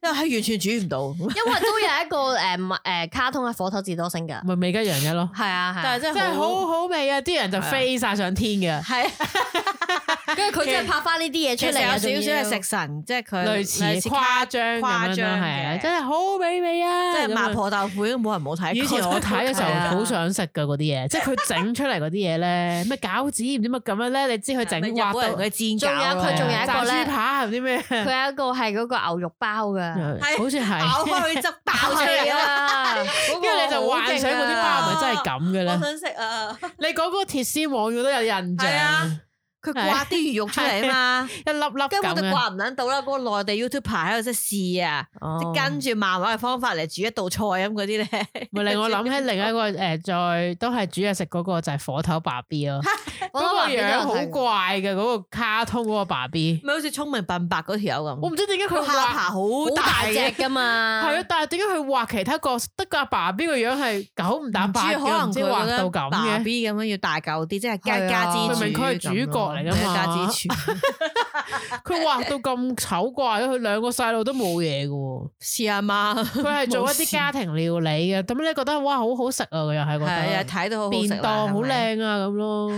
S3: 啊，係完全煮唔到，
S2: 因為都有一個誒誒卡通係火頭智多星㗎，
S4: 咪美吉洋一咯，
S2: 係啊係啊
S3: 但係真
S4: 真係
S3: 係
S4: 好
S3: 好
S4: 好味啊！啲人就
S3: 係啊
S4: 飛晒上天嘅。
S3: 係啊。
S2: 跟住佢真係拍翻呢啲嘢出
S3: 其實
S2: 嚟啊，
S3: 有少少係食
S2: 食
S3: 神，即係佢
S4: 類似
S3: 卡
S4: 誇張誇
S3: 誇
S4: 張
S3: 張
S4: 係啊，
S3: 嘅
S4: 真係好美味啊！
S3: 即係麻
S4: 咁樣。
S3: 婆豆腐，冇人冇睇過。
S4: 以前我睇嘅時
S2: 係啊
S4: 候好想食噶嗰啲嘢，即係佢整出嚟嗰啲嘢咧，咩餃子唔知乜咁樣咧，你知佢整
S3: 日
S4: 畫
S3: 本人
S4: 到
S3: 嗰啲煎
S2: 仲有
S3: 餃咯啊
S2: 佢仲有一
S4: 炸
S2: 個 呢
S4: 豬扒唔知咩，
S2: 佢有一個係嗰個牛肉包㗎，
S3: 係啊
S4: 好似
S3: 咬
S4: 係，
S3: 開汁爆出嚟啦！
S2: 啊！ 跟
S4: 跟住你就幻想嗰啲包係咪真係咁嘅
S3: 我
S4: 咧？
S3: 想食啊！
S4: 你講嗰個鐵絲網我都有印象
S3: 係啊，佢刮啲魚肉出嚟啊嘛，
S4: 一粒粒
S3: 根本就
S4: 咁啊，
S3: 刮唔撚到啦！嗰個內地 YouTuber 喺度即係試啊，
S4: 哦
S3: 即係跟住漫畫嘅方法嚟煮一道菜咁嗰啲咧。
S4: 咪令我諗起另一 個誒，再都係煮嘢食嗰個就係火頭爸 B 咯，
S2: 我
S4: 嗰個
S2: 諗
S4: 樣好
S2: 過，
S4: 怪嘅嗰個卡通嗰個爸 B，
S3: 咪好似聰明笨白嗰條友咁，
S4: 我唔知點解
S3: 嗯佢
S4: 佢
S3: 下
S4: 畫
S3: 巴好
S2: 好
S3: 大
S2: 大隻
S3: 嘅，
S2: 㗎嘛，
S4: 係啊，但係點解佢畫其他角色得個阿爸 B 個樣係九唔搭
S3: 唔知
S4: 八嘅，
S3: 可能
S4: 唔知
S3: 佢
S4: 畫
S3: 覺
S4: 到
S3: 得
S4: 咁
S3: 爸
S4: 嘅。
S3: B 咁樣要大嚿啲，即係
S2: 係
S3: 家
S2: 啊
S3: 家之主。
S4: 明明佢係主角嚟㗎嘛
S3: 家之主，
S4: 佢畫到咁醜怪，佢兩個細路都冇嘢嘅 喎。
S3: 試阿媽。
S4: 佢係做一
S3: 冇事
S4: 啲家庭料理嘅，咁你覺得哇好好食啊！佢又係覺
S3: 係啊，
S4: 得
S3: 睇到好好食啦
S4: 便當好
S3: 係咪
S4: 靚啊咁咯。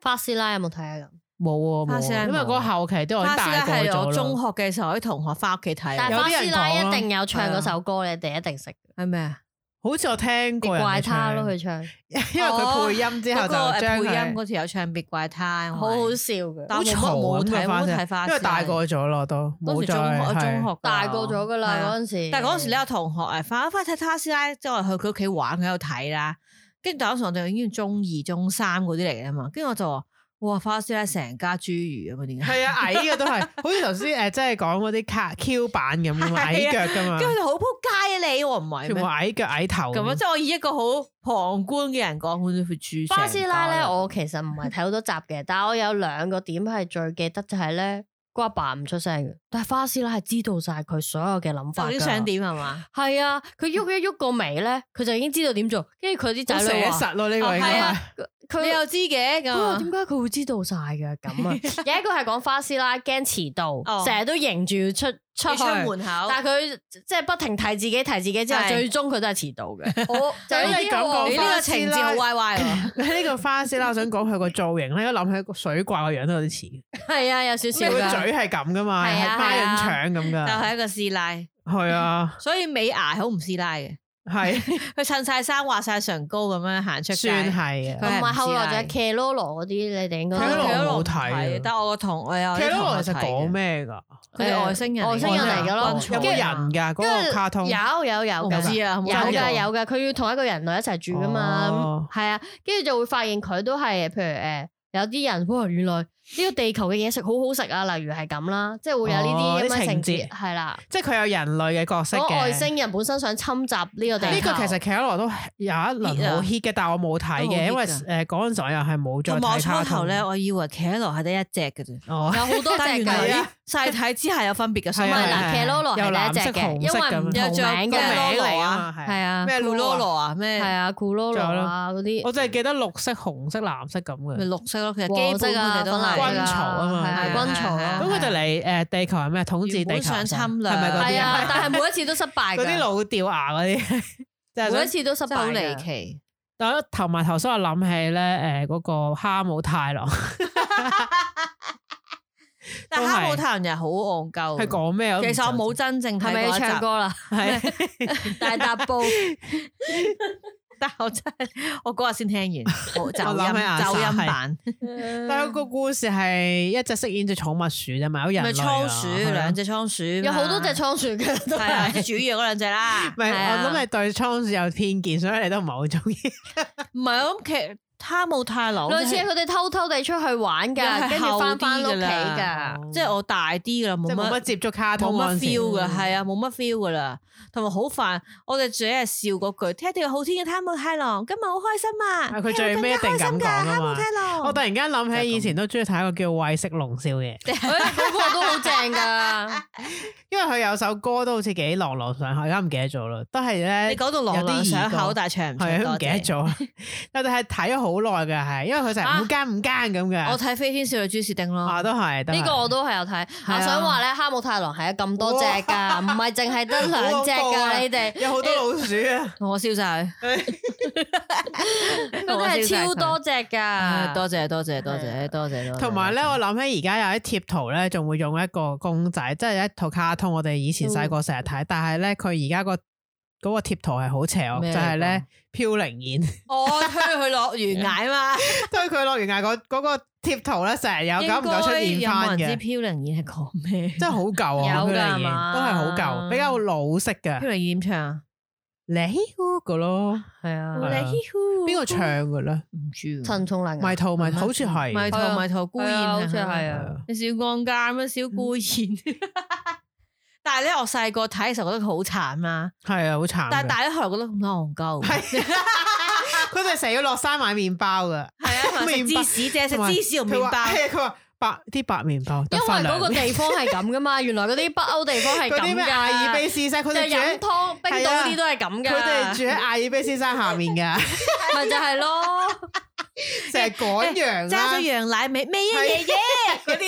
S2: 法師奶有冇睇啊？咁
S4: 冇喎
S3: 花師奶
S4: 冇，因為
S3: 冇啊
S4: 嗰個後期都我已經
S3: 花師
S4: 大
S3: 奶
S4: 個
S3: 係我
S4: 咗
S3: 中
S4: 啦。
S3: 學嘅時候啲同學翻屋企睇啊
S2: 但係
S3: 嘅，
S4: 有
S2: 花
S4: 啲人
S2: 師奶
S4: 講啦啊
S2: 一定有唱嗰首歌，你哋一定識。
S3: 係咩啊？
S4: 好似我聽
S2: 別
S4: 過人哋
S2: 怪他
S4: 唱
S2: 咯，佢唱
S4: 因為佢配音之後
S3: 嗰
S4: 就
S3: 個哦誒
S4: 將
S3: 配
S4: 佢
S3: 音嗰條友唱別怪他，因為
S2: 好好笑嘅，
S3: 但
S4: 好
S3: 我冇
S4: 嘈咁嘅
S3: 乜冇睇
S4: 花
S3: 冇
S4: 式
S3: 睇花
S4: 因為
S3: 師
S4: 大
S3: 奶
S4: 個咗咯都，
S3: 當
S4: 冇
S3: 時
S4: 再
S3: 中學中學
S4: 係
S3: 㗎
S2: 大個咗噶
S3: 係啊
S2: 啦嗰陣時。
S3: 但係嗰陣時咧，有同學誒翻翻睇他師奶，即係我哋去佢屋企玩，佢喺度睇啦。跟住但嗰時我哋已經中二、中三嗰啲嚟嘅嘛。跟住我就話：哇，花師奶成家侏儒咁啊！點解？
S4: 係啊矮嘅都 係，好似頭先誒，即係講嗰啲卡 Q 版咁樣矮腳噶嘛
S3: 啊跟，住佢好仆街啊！你我唔係
S4: 全
S3: 咩
S4: 部？矮腳矮頭
S3: 咁啊！即係我以一個好旁觀嘅人講，佢佢住成
S2: 花師
S3: 家
S2: 奶咧，
S3: 啦
S2: 我其實唔係睇好多集嘅，但我有兩個點係最記得，就係咧，個阿爸唔出聲嘅，但係花師奶係知道晒佢所有嘅諗法
S3: 究
S2: 㗎。
S3: 竟想點係嘛？
S2: 係啊，佢喐一喐個眉咧，佢就已經知道點做，跟住佢啲
S4: 好
S2: 仔女
S4: 寫
S2: 話，
S4: 實咯呢個應
S3: 係
S4: 該
S3: 啊
S4: 係。
S2: 佢
S3: 你又知嘅咁
S2: 啊
S3: 啊
S2: 點解佢會知道晒嘅咁 啊？有一個係講花師奶驚遲到，
S3: 哦
S2: 成日都迎住要出出
S3: 要
S2: 去
S3: 出。門口，
S2: 但係佢即係不停提自己提自己之後，
S3: 係
S2: 最終佢都係遲到嘅。我
S4: 就係你咁講
S3: 你呢個情節好歪歪喎。
S4: 你呢個花師奶，我想講佢個造型咧，一諗起個水怪個樣都有啲似，
S2: 係啊，有少
S4: 即係
S2: 少
S4: 佢個
S2: 㗎
S4: 嘴係咁噶嘛，
S3: 係
S4: 係
S3: 啊
S4: 孖
S3: 係啊
S4: 緊腸咁
S3: 就
S4: 噶，
S3: 係一個師奶，
S4: 係啊，
S3: 所以尾牙好唔師奶嘅，
S4: 係
S3: 佢襯晒衫、畫晒唇膏咁樣行出街。
S4: 算係
S3: 佢
S4: 啊。
S2: 同埋
S3: 唔知
S2: 後來
S3: 係
S2: 就係 k e l o l o 嗰啲，你哋應該
S4: 佢
S2: 都
S4: 喺度
S2: 有
S3: 佢喺
S4: 冇
S3: 度
S4: 睇啊
S3: 睇，但我個同我有
S4: 其實嗰
S3: 啲同
S4: 個其
S3: 學
S4: 實講
S3: 睇嘅，啊
S4: 咩㗎？
S3: 佢哋外星人嚟，
S2: 外星人嚟㗎咯
S3: 軍曹
S4: 有
S2: 跟
S4: 冇
S2: 住
S4: 人㗎？嗰個卡通
S2: 有有有
S3: 我唔
S2: 㗎
S3: 知啊，
S2: 有
S3: 冇睇
S2: 㗎
S3: 過
S2: 有㗎，佢要同一個人類一齊住㗎嘛
S4: 哦，
S2: 係啊，跟住就會發現佢都係譬如誒有啲人哇，原來呢個地球嘅嘢食好好食啊，例如係咁啦，即係會有呢
S4: 哦
S2: 啲咁
S4: 啲
S2: 嘅
S4: 情
S2: 情節
S4: 節
S2: 係啦。
S4: 即係佢有人類嘅角色
S2: 嗰
S4: 嘅。
S2: 外星人本身想侵襲呢個地
S4: 呢
S2: 球，
S4: 個其實 c a r o 都有一
S3: 啊
S4: 輪好 hit 嘅，但我冇睇
S3: 都
S2: 啊
S4: 嘅，
S3: 好 hit 㗎
S4: 因為誒嗰陣時我又係冇再
S3: 同埋我
S4: 睇卡
S3: 初頭
S4: 通。
S3: 咧，我以為企喺度係得一隻嘅啫，
S4: 哦，
S2: 有好多隻
S3: 但原
S2: 㗎
S4: 係
S3: 來
S4: 啊
S3: 細睇之下有分別嘅，所以
S2: 唔
S4: 係
S2: 係
S4: 啊
S2: 嗱 k e l o l o
S4: 有
S2: 係第一隻嘅，
S4: 藍
S2: 因
S4: 色紅色
S2: 為唔同
S4: 咁
S2: 名
S3: 有
S4: 個
S3: 隻
S2: 嘅，
S4: 名嚟啊嘛，
S2: 係
S4: 係
S2: 啊，
S4: 咩
S3: l
S4: Lolo 啊
S3: o 啊
S2: 係
S3: 咩？
S2: 啊 k u l o l
S4: 仲有
S2: o
S4: 咯
S2: 啊嗰啲
S4: 我真係記得綠色、紅色、藍色咁
S3: 咪
S4: 嘅。
S3: 綠色咯，其實
S2: 黃
S3: 基本
S2: 色
S3: 佢
S2: 啊、
S3: 哋
S2: 粉
S3: 都
S2: 藍
S3: 係
S2: 色
S4: 軍曹啊嘛
S2: 係
S4: 係
S2: 啊
S4: 啊
S2: 軍曹
S3: 係啊
S2: 啊，
S4: 咁佢就嚟誒地球係咩統治地
S3: 原
S4: 球
S3: 本
S4: 上？
S3: 想侵略
S4: 係咪
S2: 係
S4: 嗰啲
S2: 啊
S4: 啊？，
S2: 但係每一次都失敗
S4: 嗰啲
S2: 㗎，
S4: 老掉牙嗰啲，就係
S2: 每一
S4: 想。
S2: 次都失
S3: 真係好
S2: 敗
S3: 離
S2: 㗎。
S3: 奇。
S4: 但係頭埋頭先我諗起咧誒呃嗰個哈姆太郎
S3: 哦但
S4: 都係
S3: 哈姆太郎又好戇鳩。
S4: 係講咩？
S3: 其實我冇真正睇
S2: 係咪
S3: 過
S2: 要
S3: 一
S2: 唱
S3: 集，
S2: 歌啦？
S4: 係
S2: 大踏 步，
S3: 但我真係我嗰日先聽完， 我走
S4: 我諗起阿薩
S3: 音走音
S4: 係
S3: 版，嗯
S4: 但係個故事係一隻飾演隻寵物鼠啫嘛，有人
S3: 咪
S4: 類
S3: 倉
S4: 啊
S3: 鼠
S4: 係啊
S3: 兩隻倉鼠，
S2: 有好多隻倉鼠嘅 都
S3: 係啊，
S2: 係。
S3: 主要嗰兩隻啦
S4: 唔。係，
S2: 係啊
S4: 我諗你對倉鼠有偏見，所以你都唔係好中意。
S3: 唔係咁，其實哈姆太郎
S2: 類似係佢哋偷偷地出去玩
S3: 又係
S2: 㗎，跟住翻翻屋
S3: 後啲
S2: 企
S3: 㗎啦
S2: 㗎。
S3: 啊即係我大啲噶啦，
S4: 哦即係
S3: 冇
S4: 冇乜
S3: 乜
S4: 接觸卡
S3: 冇
S4: 通嗰
S3: 乜
S4: 陣時
S3: feel 噶，
S2: 嗯
S3: 係啊，冇乜 feel 噶啦，同埋好煩。我哋只係笑嗰句，聽一條好天嘅哈姆太郎，今日好開心
S4: 啊
S3: 啊！
S4: 佢最尾一定咁講啊嘛
S3: 聽日更加開心㗎哈姆太郎，
S4: 我突然間諗
S3: 就係咁
S4: 起以前都中意睇一個叫《惠色龍少 爺》，
S2: 哎嗰個都好正噶，
S4: 因為佢有首歌都好似幾朗朗上口，而家唔記得咗啦。都係咧
S3: 你講到朗朗上口，但係唱唔出
S4: 係啊
S3: 多
S4: 唔記得
S3: 謝。
S4: 咗啦。 但係睇咗好耐嘅係，因為佢成
S2: 啊
S4: 日五間五間咁
S3: 我
S4: 嘅。
S3: 睇《飛天少女朱士丁》
S4: 啊，
S3: 咯，
S4: 都係
S2: 呢個
S4: 個
S2: 我都係有睇。
S3: 啊
S2: 我想話咧，哈姆太郎係有咁多隻噶，唔係淨係得兩隻
S4: 好恐怖啊
S2: 噶。你哋
S4: 有好多老鼠啊！
S3: 我燒晒佢。
S2: 佢哋係超多隻
S3: 啊
S2: 噶，
S3: 多謝多謝多
S2: 係
S3: 謝
S2: 啊
S3: 多謝多謝。
S4: 同埋咧，我諗起而家有啲貼圖咧，仲會用一個公仔，即係一套卡通。我哋以前細個成日睇，但係咧佢而家個嗰個貼圖係好邪惡，
S3: 咩嚟啊
S4: 就係咧
S3: 㗎
S4: 飄零燕。
S3: 我推佢落懸崖啊嘛，
S4: 對佢樂園藝嗰嗰個貼圖咧，成日有久唔久出
S3: 應該
S4: 現
S3: 有冇
S4: 翻
S3: 人
S4: 嘅
S3: 知，飄零燕係講咩？
S4: 真係好舊啊！
S2: 有㗎
S4: 佢哋已經
S2: 嘛
S4: 都係好舊，比較老式
S3: 飄
S4: 嘅。
S3: 零燕點唱啊？
S4: 你個咯，
S2: 係
S4: 係
S2: 啊
S4: 啊邊個唱嘅咧？
S3: 唔知
S2: 陳松伶
S4: 迷
S2: 啊，
S4: 途迷，好似
S3: 嗯迷
S4: 係。
S3: 途
S2: 係啊
S3: 迷途孤
S2: 係
S3: 燕
S2: 啊好似
S3: 係咪
S2: 係啊。
S4: 係
S3: 你小鋼架咩？小孤燕。 但係咧，我細個睇嘅時候覺得佢好慘啦，
S4: 啊，好慘
S3: 但係
S4: 嘅。
S3: 大咗後來覺得咁戇鳩，
S4: 係佢哋成日要落山買麵包㗎，
S3: 係 啊，同埋食
S4: 麵包
S3: 芝士啫，食
S4: 同埋
S3: 芝士同
S4: 佢
S3: 麵
S4: 話
S3: 包。
S4: 係啊佢話白啲白麵包，
S2: 因
S4: 得
S2: 為
S4: 返
S2: 嗰個
S4: 兩
S2: 地方係咁噶嘛， 原來嗰啲北歐地方係
S4: 嗰啲
S2: 咁
S4: 咩
S2: 噶，
S4: 阿爾卑斯山，佢
S2: 就
S4: 哋啊住
S2: 飲
S4: 喺
S2: 湯冰島嗰啲都係咁
S4: 佢哋
S2: 噶，
S4: 住喺阿爾卑斯山下面 㗎，
S2: 咪就係咯，
S4: 成日趕羊啊
S3: 揸
S4: 啦
S3: 咗。羊奶味，味啊 爺爺嗰啲，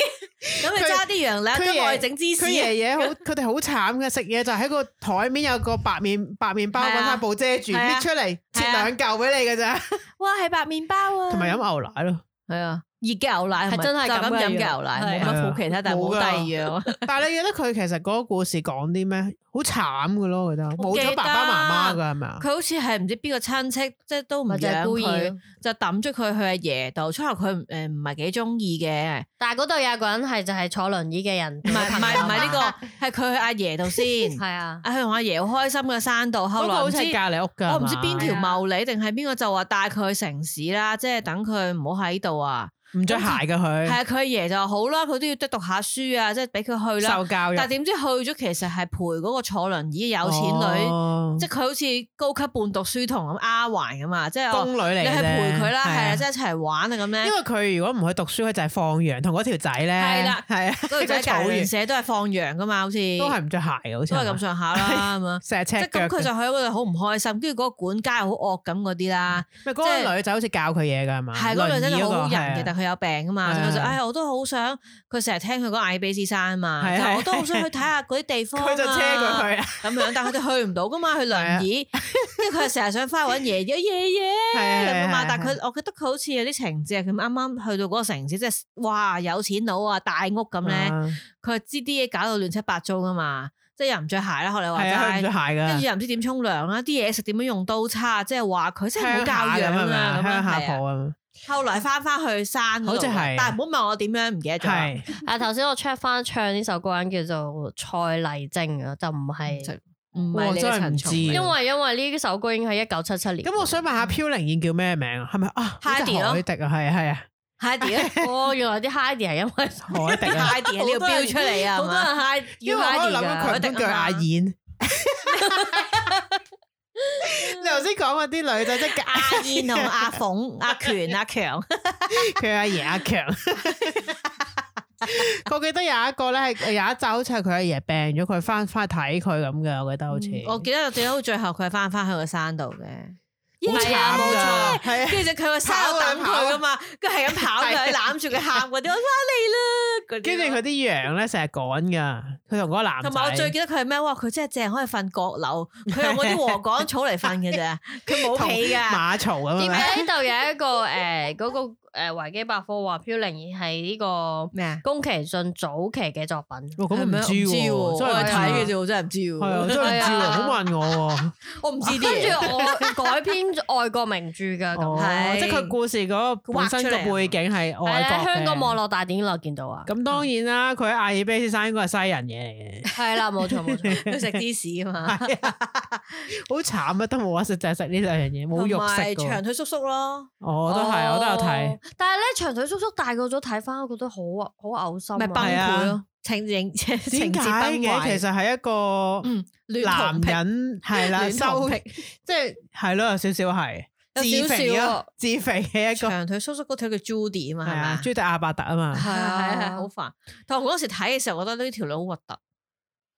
S3: 咁你
S4: 佢
S3: 揸啲羊奶
S4: 佢
S3: 都愛
S4: 爺
S3: 整芝士
S4: 佢。爺爺
S3: 啊
S4: 好，佢哋好慘嘅，食嘢就喺個台面有個白面白面包
S3: 係
S4: 揾
S3: 啊
S4: 塊布遮住，
S3: 係啊
S4: 搣出嚟切兩嚿俾你嘅咋，
S3: 哇，係白麵包啊！
S4: 同埋飲牛奶咯。
S3: 係啊，熱嘅牛奶
S2: 係
S3: 咪
S2: 真係
S3: 就
S2: 咁嘅
S3: 飲嘅
S2: 樣
S3: 牛奶，
S2: 係
S3: 冇乜好其他，但係
S4: 冇㗎
S3: 冇第二樣。
S4: 但系你覺得佢其實嗰個故事講啲咩？好慘噶咯，我覺得冇
S3: 記
S4: 咗
S3: 得
S4: 爸爸媽媽噶係咪啊？
S3: 佢好似係唔知邊個親戚，即係都唔
S2: 咪就係
S3: 養
S2: 孤兒
S3: 佢，
S2: 咯。
S3: 就抌咗佢去阿爺度。初頭佢誒唔係幾中意嘅，
S2: 但係嗰度有個人係就係坐輪椅嘅人，唔
S3: 唔係唔係唔係呢個，係佢去阿爺度 先。
S2: 係啊，
S3: 啊，佢同阿爺好開心嘅山度，
S4: 嗰
S3: 後
S4: 個
S3: 來
S4: 好
S3: 唔
S4: 似
S3: 知
S4: 係隔離屋㗎，
S3: 我唔知邊條
S4: 係啊嘛
S3: 茂利定係邊個就話帶佢去城市啦，即係等佢唔好喺度啊。
S4: 唔着鞋㗎
S3: 係
S4: 佢，
S3: 啊，佢阿爺就話好啦，佢都要得讀下書啊，即係俾佢去啦。
S4: 受教育，
S3: 但係點知去咗其實係陪嗰個坐輪椅嘅有錢女，
S4: 女
S3: 即係佢好似高級半讀書童咁丫鬟咁啊，即係我
S4: 哦宮女嚟
S3: 你
S4: 嘅啫，
S3: 去陪佢啦，
S4: 係
S3: 係
S4: 啊
S3: 啊，即係一齊玩啊咁咧
S4: 因。為佢如果唔去讀書，佢就係放羊，同嗰條仔咧，
S3: 係啦
S4: 係啊，
S3: 嗰 條
S4: 喺
S3: 仔
S4: 草
S3: 隔
S4: 原
S3: 鄰舍都係放羊噶嘛，好似
S4: 都係唔着鞋嘅，好似
S3: 都係咁上下 啦咁啊。
S4: 成日
S3: 即
S4: 赤
S3: 係
S4: 腳
S3: 咁
S4: 嘅。
S3: 佢就喺嗰度好唔開心，跟住嗰個管家又好惡咁嗰啲啦，
S4: 咪嗰個
S3: 係
S4: 女仔好似教佢嘢㗎係嘛？
S3: 係嗰個女仔就好好人嘅，但
S4: 係
S3: 佢有病啊嘛，
S4: 係
S3: 咁佢就
S4: 係
S3: 唉我都好想，佢成日聽佢講艾比斯山啊嘛，
S4: 係
S3: 就
S4: 係
S3: 我都好想去睇下嗰啲地方啊，
S4: 佢就車佢去啊，
S3: 咁樣，但係佢哋去唔到噶嘛，去
S4: 係啊
S3: 輪椅，跟住佢又成日想翻 去揾爺爺爺爺
S4: 係
S3: 咁啊嘛，但係
S4: 係
S3: 佢我覺得佢好似有啲情節，啊佢啱啱去到嗰個城市，即係哇有錢佬啊大屋咁咧，佢係知啲嘢搞到亂七八糟噶嘛，即係又唔着鞋啦，學你話
S4: 係啊，佢唔
S3: 齋
S4: 着。鞋㗎。
S3: 跟住又唔知點沖涼啦，啲嘢食點樣用刀叉，即係話佢真係冇教
S4: 鄉下
S3: 養
S4: 咁係咪
S3: 啊
S4: 鄉
S3: 咁
S4: 下
S3: 樣係啊。
S4: 鋪啊，
S3: 後來翻翻去山嗰度啊
S4: 好似係
S3: 但係唔好問我點樣，唔記得咗啦。
S4: 係
S2: 啊頭先我 check 翻唱呢首歌嘅人叫做蔡麗晶啊，就唔係，
S3: 唔係你
S4: 哇
S3: 嘅
S4: 真係唔
S3: 陳
S4: 知啊
S3: 松 伶
S2: 因為因為呢首歌已經係一九七七年。
S4: 咁我想問下飄零燕叫咩名啊？係咪啊？好似
S3: Heidi 嗯咯
S4: 海迪啊，係啊係啊，
S3: Heidi 啊
S2: 哦，原來啲 Heidi 係因為
S4: 海迪啊，
S3: ，Heidi 啊你要標出嚟啊，
S2: 好
S3: 係
S2: 多
S3: 嘛
S2: 人 Heidi
S4: 因
S2: 要
S4: 為我喺
S2: Heidi
S4: 度諗緊
S2: 㗎
S4: 佢都叫阿 燕。你頭先講嗰啲女仔即係
S3: 阿燕同阿鳳、阿權、阿強，
S4: 佢阿爺阿 強。我記得有一個咧，係有一集好似係佢阿爺病咗，佢翻翻去睇佢咁嗯嘅，我記得好似。
S3: 我記得最好最後佢係翻翻去個山度嘅，
S4: 好
S3: 係啊冇
S4: 慘㗎，
S3: 錯
S4: 係啊，
S3: 跟住就佢個山度等佢噶 嘛，佢係啊咁跑佢攬住佢喊嗰啲，我翻嚟啦嗰啲。
S4: 跟住佢啲羊咧成日趕㗎，佢同嗰個男仔。
S3: 同埋我最記得佢係咩？哇！佢真係淨係可以瞓閣樓，佢用嗰啲禾稈草嚟瞓嘅 啫，佢冇被㗎。啊
S4: 馬槽咁樣啊
S2: 點
S4: 咧。
S2: 解呢度有一個誒嗰個誒維基百科話飄零燕係呢個
S3: 咩啊？
S2: 宮崎駿早期嘅作品？
S4: 哇，咁
S3: 係
S4: 唔
S3: 咩
S4: 知喎，
S3: 我
S4: 真
S3: 唔知喎我係
S4: 係
S3: 睇嘅
S4: 啫。
S3: 啫，我真係唔知
S4: 係啊，真係唔
S3: 喎。
S4: 知
S2: 係
S4: 喎，
S2: 啊
S4: 好問我喎。
S3: 我唔知啲
S2: 跟住
S3: 嘢。
S2: 我改編外國名著㗎咁。
S4: 哦
S3: 係
S4: 即係佢故事嗰個
S3: 啊
S4: 本身個背景係
S2: 係
S4: 外
S2: 啦
S4: 國
S2: 香港網
S4: 絡。
S2: 絡大典嗰度見到啊，
S4: 咁當然啦，佢喺阿爾卑斯山應該係西人嘢嚟嘅，
S2: 係啦，冇錯冇錯，
S3: 佢食芝士啊嘛，
S4: 好慘啊！都冇得食，就係食呢兩樣嘢，冇肉食
S3: 同埋長
S4: 㗎。
S3: 腿叔叔咯，
S4: 我都係，我都有睇
S2: 哦。。但係咧，長腿叔叔大個咗睇翻，我覺得好啊，好嘔心啊。
S3: 咪崩
S4: 係啊
S3: 潰咯，情形情
S4: 點
S3: 節
S4: 解
S3: 崩
S4: 嘅？
S3: 壞。
S4: 其實係一個
S3: 嗯，戀
S4: 男
S3: 童癖
S4: 人係啦，
S3: 戀童
S4: 收
S3: 癖
S4: 即係係咯，有少少係
S3: 有
S4: 自
S3: 少少
S4: 肥
S3: 啊
S4: 咯，自肥嘅一個係
S3: 長腿叔叔嗰條叫 Judy 啊嘛，係咪
S4: 啊
S3: 啊，？
S4: 朱迪亞伯特啊嘛。
S3: 係啊，
S2: 係啊
S3: 係好煩。但我嗰時睇嘅時候，覺得呢條女好核突。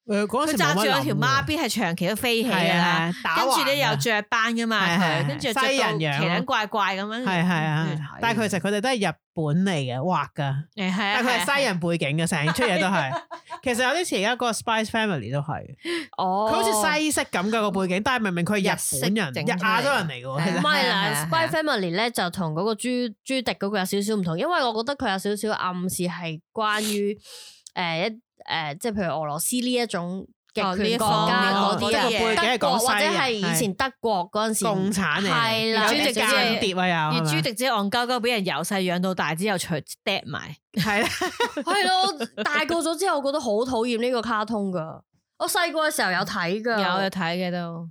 S4: 誒嗰陣
S3: 佢
S4: 時冇
S3: 揸住
S4: 乜
S3: 有條
S4: 諗
S3: 孖
S4: 㗎
S3: 邊係長期都飛起㗎
S4: 係
S3: 啦，
S4: 啊，打
S3: 跟住
S4: 橫
S3: 咧又
S4: 啊
S3: 雀斑㗎嘛
S4: 係係
S3: 佢，
S4: 係
S3: 跟住又
S4: 西
S3: 着到
S4: 人
S3: 奇
S4: 樣咯
S3: 撚怪怪咁樣。
S4: 係係
S3: 嗯
S4: 啊，但係佢其
S3: 就
S4: 實佢哋都係日本嚟嘅畫噶，
S3: 誒係啊，
S4: 但係佢係西
S3: 人，
S4: 人背景嘅，成出嘢都係。其實有啲似而家嗰個 Spice Family 都係，
S2: 哦，
S4: 佢好似西式咁嘅個背景，但係明明佢係日本人、
S3: 日式整
S4: 日
S3: 出嚟
S4: 亞洲人嚟嘅喎，其
S2: 唔
S4: 實
S3: 係啊
S2: 係
S3: 係啊
S2: 啦
S3: 係啊
S2: ，Spy Family 咧就同嗰個朱朱迪嗰個有少少唔同，因為我覺得佢有少少暗示係關於誒一誒，即係譬如俄羅斯呢一種極
S3: 哦呢一
S2: 權國
S3: 方面
S2: 家
S3: 哦
S2: 嗰啲
S3: 即係個背
S4: 景係
S2: 啊，德
S4: 講
S2: 國
S4: 西
S2: 或者
S4: 人
S2: 係以前德國嗰陣時
S4: 共產嚟嘅，
S2: 係啦
S4: 有
S3: 朱迪
S4: 啲
S3: 姐
S4: 間諜啊
S3: 而
S4: 又係
S3: 朱
S4: 咪，
S3: 迪姐戇鳩鳩，俾人由細養到大之後，除掟埋。
S4: 係啦，
S2: 係咯，大個咗之後，我覺得好討厭呢個卡通噶。我細個嘅時候有睇噶，
S3: 有有睇嘅都。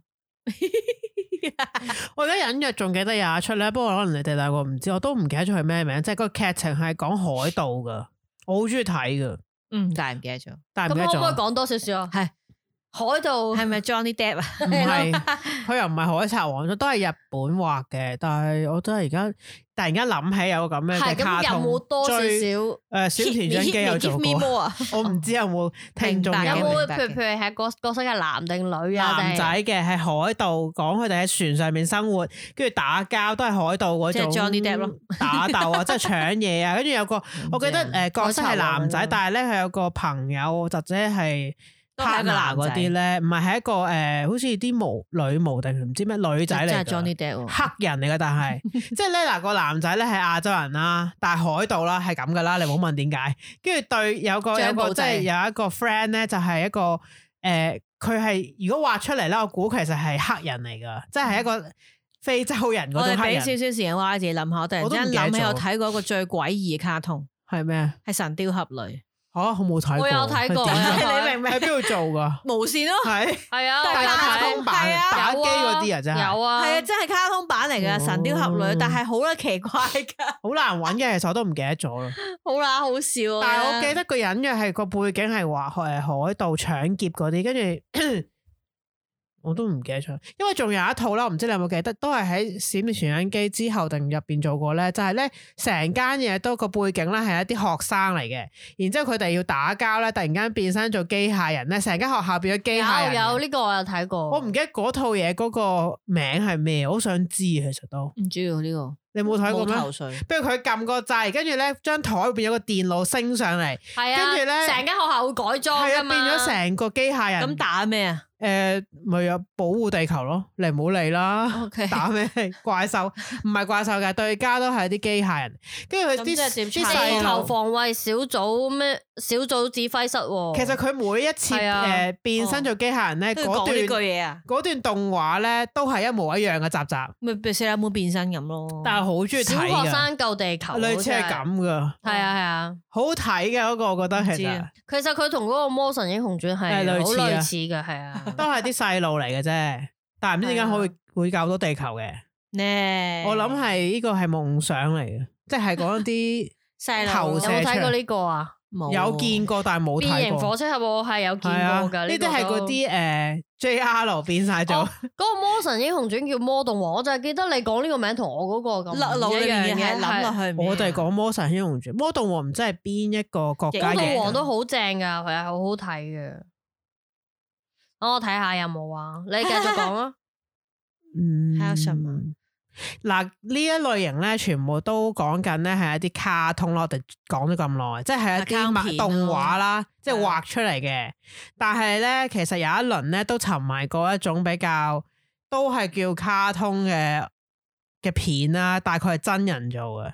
S4: 我而家隱約仲記得有一出咧，不過可能你哋兩個唔知，我都唔記得咗佢咩名，即係嗰個劇情係講海盜噶，我好中意睇噶，
S3: 嗯，但係唔記 得咗，
S4: 但係
S2: 咁
S4: 唔記
S2: 可
S4: 得
S2: 唔可以
S4: 咗，
S2: 講多少少啊？
S3: 係
S2: 海盜
S3: 係咪 Johnny Depp 啊？
S4: 唔係。佢又唔係海賊王，都係日本畫嘅。但係我真係而家突然間諗起有個咁樣
S2: 係
S4: 嘅卡
S2: 咁有
S4: 通，
S2: 冇多少少？
S4: 追
S2: 有
S4: 誒呃小田準基有做
S3: Hit me, hit me, give me
S4: 過，
S3: more 啊
S4: 我唔知有冇聽眾
S3: 明白
S4: 有
S2: 冇
S3: 明白
S2: 譬
S3: 嘅
S2: 如譬如係角角色係男定女啊？
S4: 男仔嘅係海盜，講佢哋喺船上面生活，跟住打交都係海盜嗰
S3: 即係
S4: 種
S3: Johnny Depp 咯，
S4: 打鬥 啊，即係搶嘢呃啊。跟住有個我記得誒角色係男
S2: 海賊王
S4: 仔
S2: 啊，
S4: 但係咧佢有個朋友或者係
S3: 都係
S4: partner
S3: 一個男
S4: 嗰啲咧，唔係係一個诶，好似啲模女模定唔知咩女仔嚟㗎，
S3: 真係 Johnny Depp 喎
S4: 黑人嚟嘅，但係 即係咧嗱個男仔咧係亞洲人啦，但係海盜啦係咁噶啦，你唔好問點解。跟住對有個有
S3: 張
S4: 個
S3: 保
S4: 即
S3: 仔
S4: 係有一個 friend 咧，就係一個诶，佢係如果畫出嚟咧，我估其實係黑人嚟噶，即係一個非洲人
S3: 我
S4: 嗰
S3: 哋
S4: 種黑
S3: 俾少
S4: 人
S3: 少時間 Y 自己諗下，我突然
S4: 我都唔
S3: 之
S4: 記
S3: 間
S4: 得
S3: 諗起
S4: 咗
S3: 我睇過一個最詭異嘅卡通，
S4: 係咩？啊
S3: 係《神雕俠侶
S4: 吓，我冇睇過。
S2: 我有睇過
S4: 係點
S2: 我有
S4: 㗎
S2: 睇
S4: 你明唔明？喺邊度做 噶？》
S3: 無線咯，
S4: 係
S2: 係啊，
S4: 但
S3: 但係
S4: 係
S3: 卡
S4: 卡
S3: 通
S4: 通
S3: 係
S4: 版
S3: 啊
S4: 打機嗰啲啊，真係
S2: 有啊，
S3: 係啊，真係卡通版嚟嘅《神雕俠侶》，
S4: 哦
S3: 但係好鬼奇怪㗎，
S4: 好難揾嘅，其實我都唔記得咗啦。
S3: 好啦，好笑啊！
S4: 但係我記得個人嘅係個背景係話誒海盜搶劫嗰啲，跟住 我都唔記得咗，因為仲有一套啦，我唔知你有冇記得，都係喺《閃電傳影機》之後定入邊做過咧，就係咧成間嘢都個背景咧係一啲學生嚟嘅，然之後佢哋要打交咧，突然間變身做機械人咧，成間學校變咗機械人
S2: 有有
S4: 嘅。
S2: 呢個我有睇過，
S4: 啊我唔記得嗰套嘢嗰個名係咩，我好想知其實都，
S3: 唔知喎呢個
S4: 你冇睇過咩
S3: 冇？頭緒，
S4: 不如佢撳個掣，跟住咧張台會變咗個電腦升上嚟。
S2: 係啊，
S4: 跟住呢
S2: 成間學校會改裝
S4: 係啊，
S2: 㗎
S4: 變
S2: 嘛，
S4: 咗成個機械人。
S3: 咁打咩啊
S4: 誒，咪有保護地球咯，你唔好理啦。
S3: 哦？OK，
S4: 打咩怪 獸？唔係怪獸嘅，對家都係啲機械人。跟住
S3: 咁
S4: 佢
S3: 即係
S4: 啲
S3: 點
S4: 啲
S3: 拆
S4: 細
S2: 地球
S4: 路，
S2: 防衛小組咩小組指揮室喎，
S4: 其實佢每一次
S2: 係啊
S4: 誒變身做機械人咧，
S3: 哦都要講呢
S4: 嗰
S3: 句
S4: 段
S3: 嘢啊，
S4: 嗰段動畫咧都係一模一樣嘅集集，
S3: 咪俾四眼妹變身咁咯。
S4: 但係好中意
S2: 小
S4: 睇
S2: 學
S4: 嘅，
S2: 生救地球，
S4: 類似係
S2: 好似係，
S4: 咁噶，
S2: 係啊係啊。
S4: 好睇嘅嗰個，我覺得
S3: 唔
S4: 其
S3: 知
S4: 實
S3: 啊
S2: 其實佢同嗰個《魔神英雄傳》係
S4: 係類
S2: 好
S4: 似啊
S2: 類似嘅，係 啊。
S4: 都係啲細路嚟嘅啫，但係唔知點解
S3: 係啊
S4: 會會救到地球嘅。
S3: 咧，
S4: 我諗係呢個係夢想嚟嘅，即係 講啲
S3: 細
S4: 投
S2: 有
S3: 路
S4: 射
S2: 冇睇過呢個啊？
S3: 冇
S4: 有見過但係冇
S2: 變
S4: 睇
S2: 形火
S4: 過。
S2: 車俠我係有見
S4: 係啊，
S2: 過㗎，
S4: 呢啲
S2: 係
S4: 係嗰啲诶 JR 變晒
S2: 哦
S4: 咗，
S2: 嗰個《魔神英雄傳》叫《魔動王》，我就係記得你講呢個名同我嗰個咁
S3: 腦
S2: 唔
S3: 裏
S2: 一樣
S3: 面嘅係諗
S2: 係
S3: 落去唔一樣。
S4: 我哋講魔神英雄傳，魔動王唔知係邊一個國家
S2: 魔
S4: 啊
S3: 魔
S2: 動
S3: 動
S2: 啊王
S4: 嘅
S3: 王。
S2: 都好正㗎，係啊，好好睇嘅。我睇下有冇啊？你繼續講啊。
S4: 嗯
S3: 還有什麼
S4: 嗱呢一類型咧，全部都講緊咧係一啲卡通咯，我哋講咗咁耐，即係一啲
S3: 卡通
S4: 漫
S3: 片咯
S4: 動畫啦，即係
S3: 係啊
S4: 畫出嚟嘅。但係咧，其實有一輪咧都沉迷過一種比較都係叫卡通嘅嘅片啦，但係佢係真人做嘅，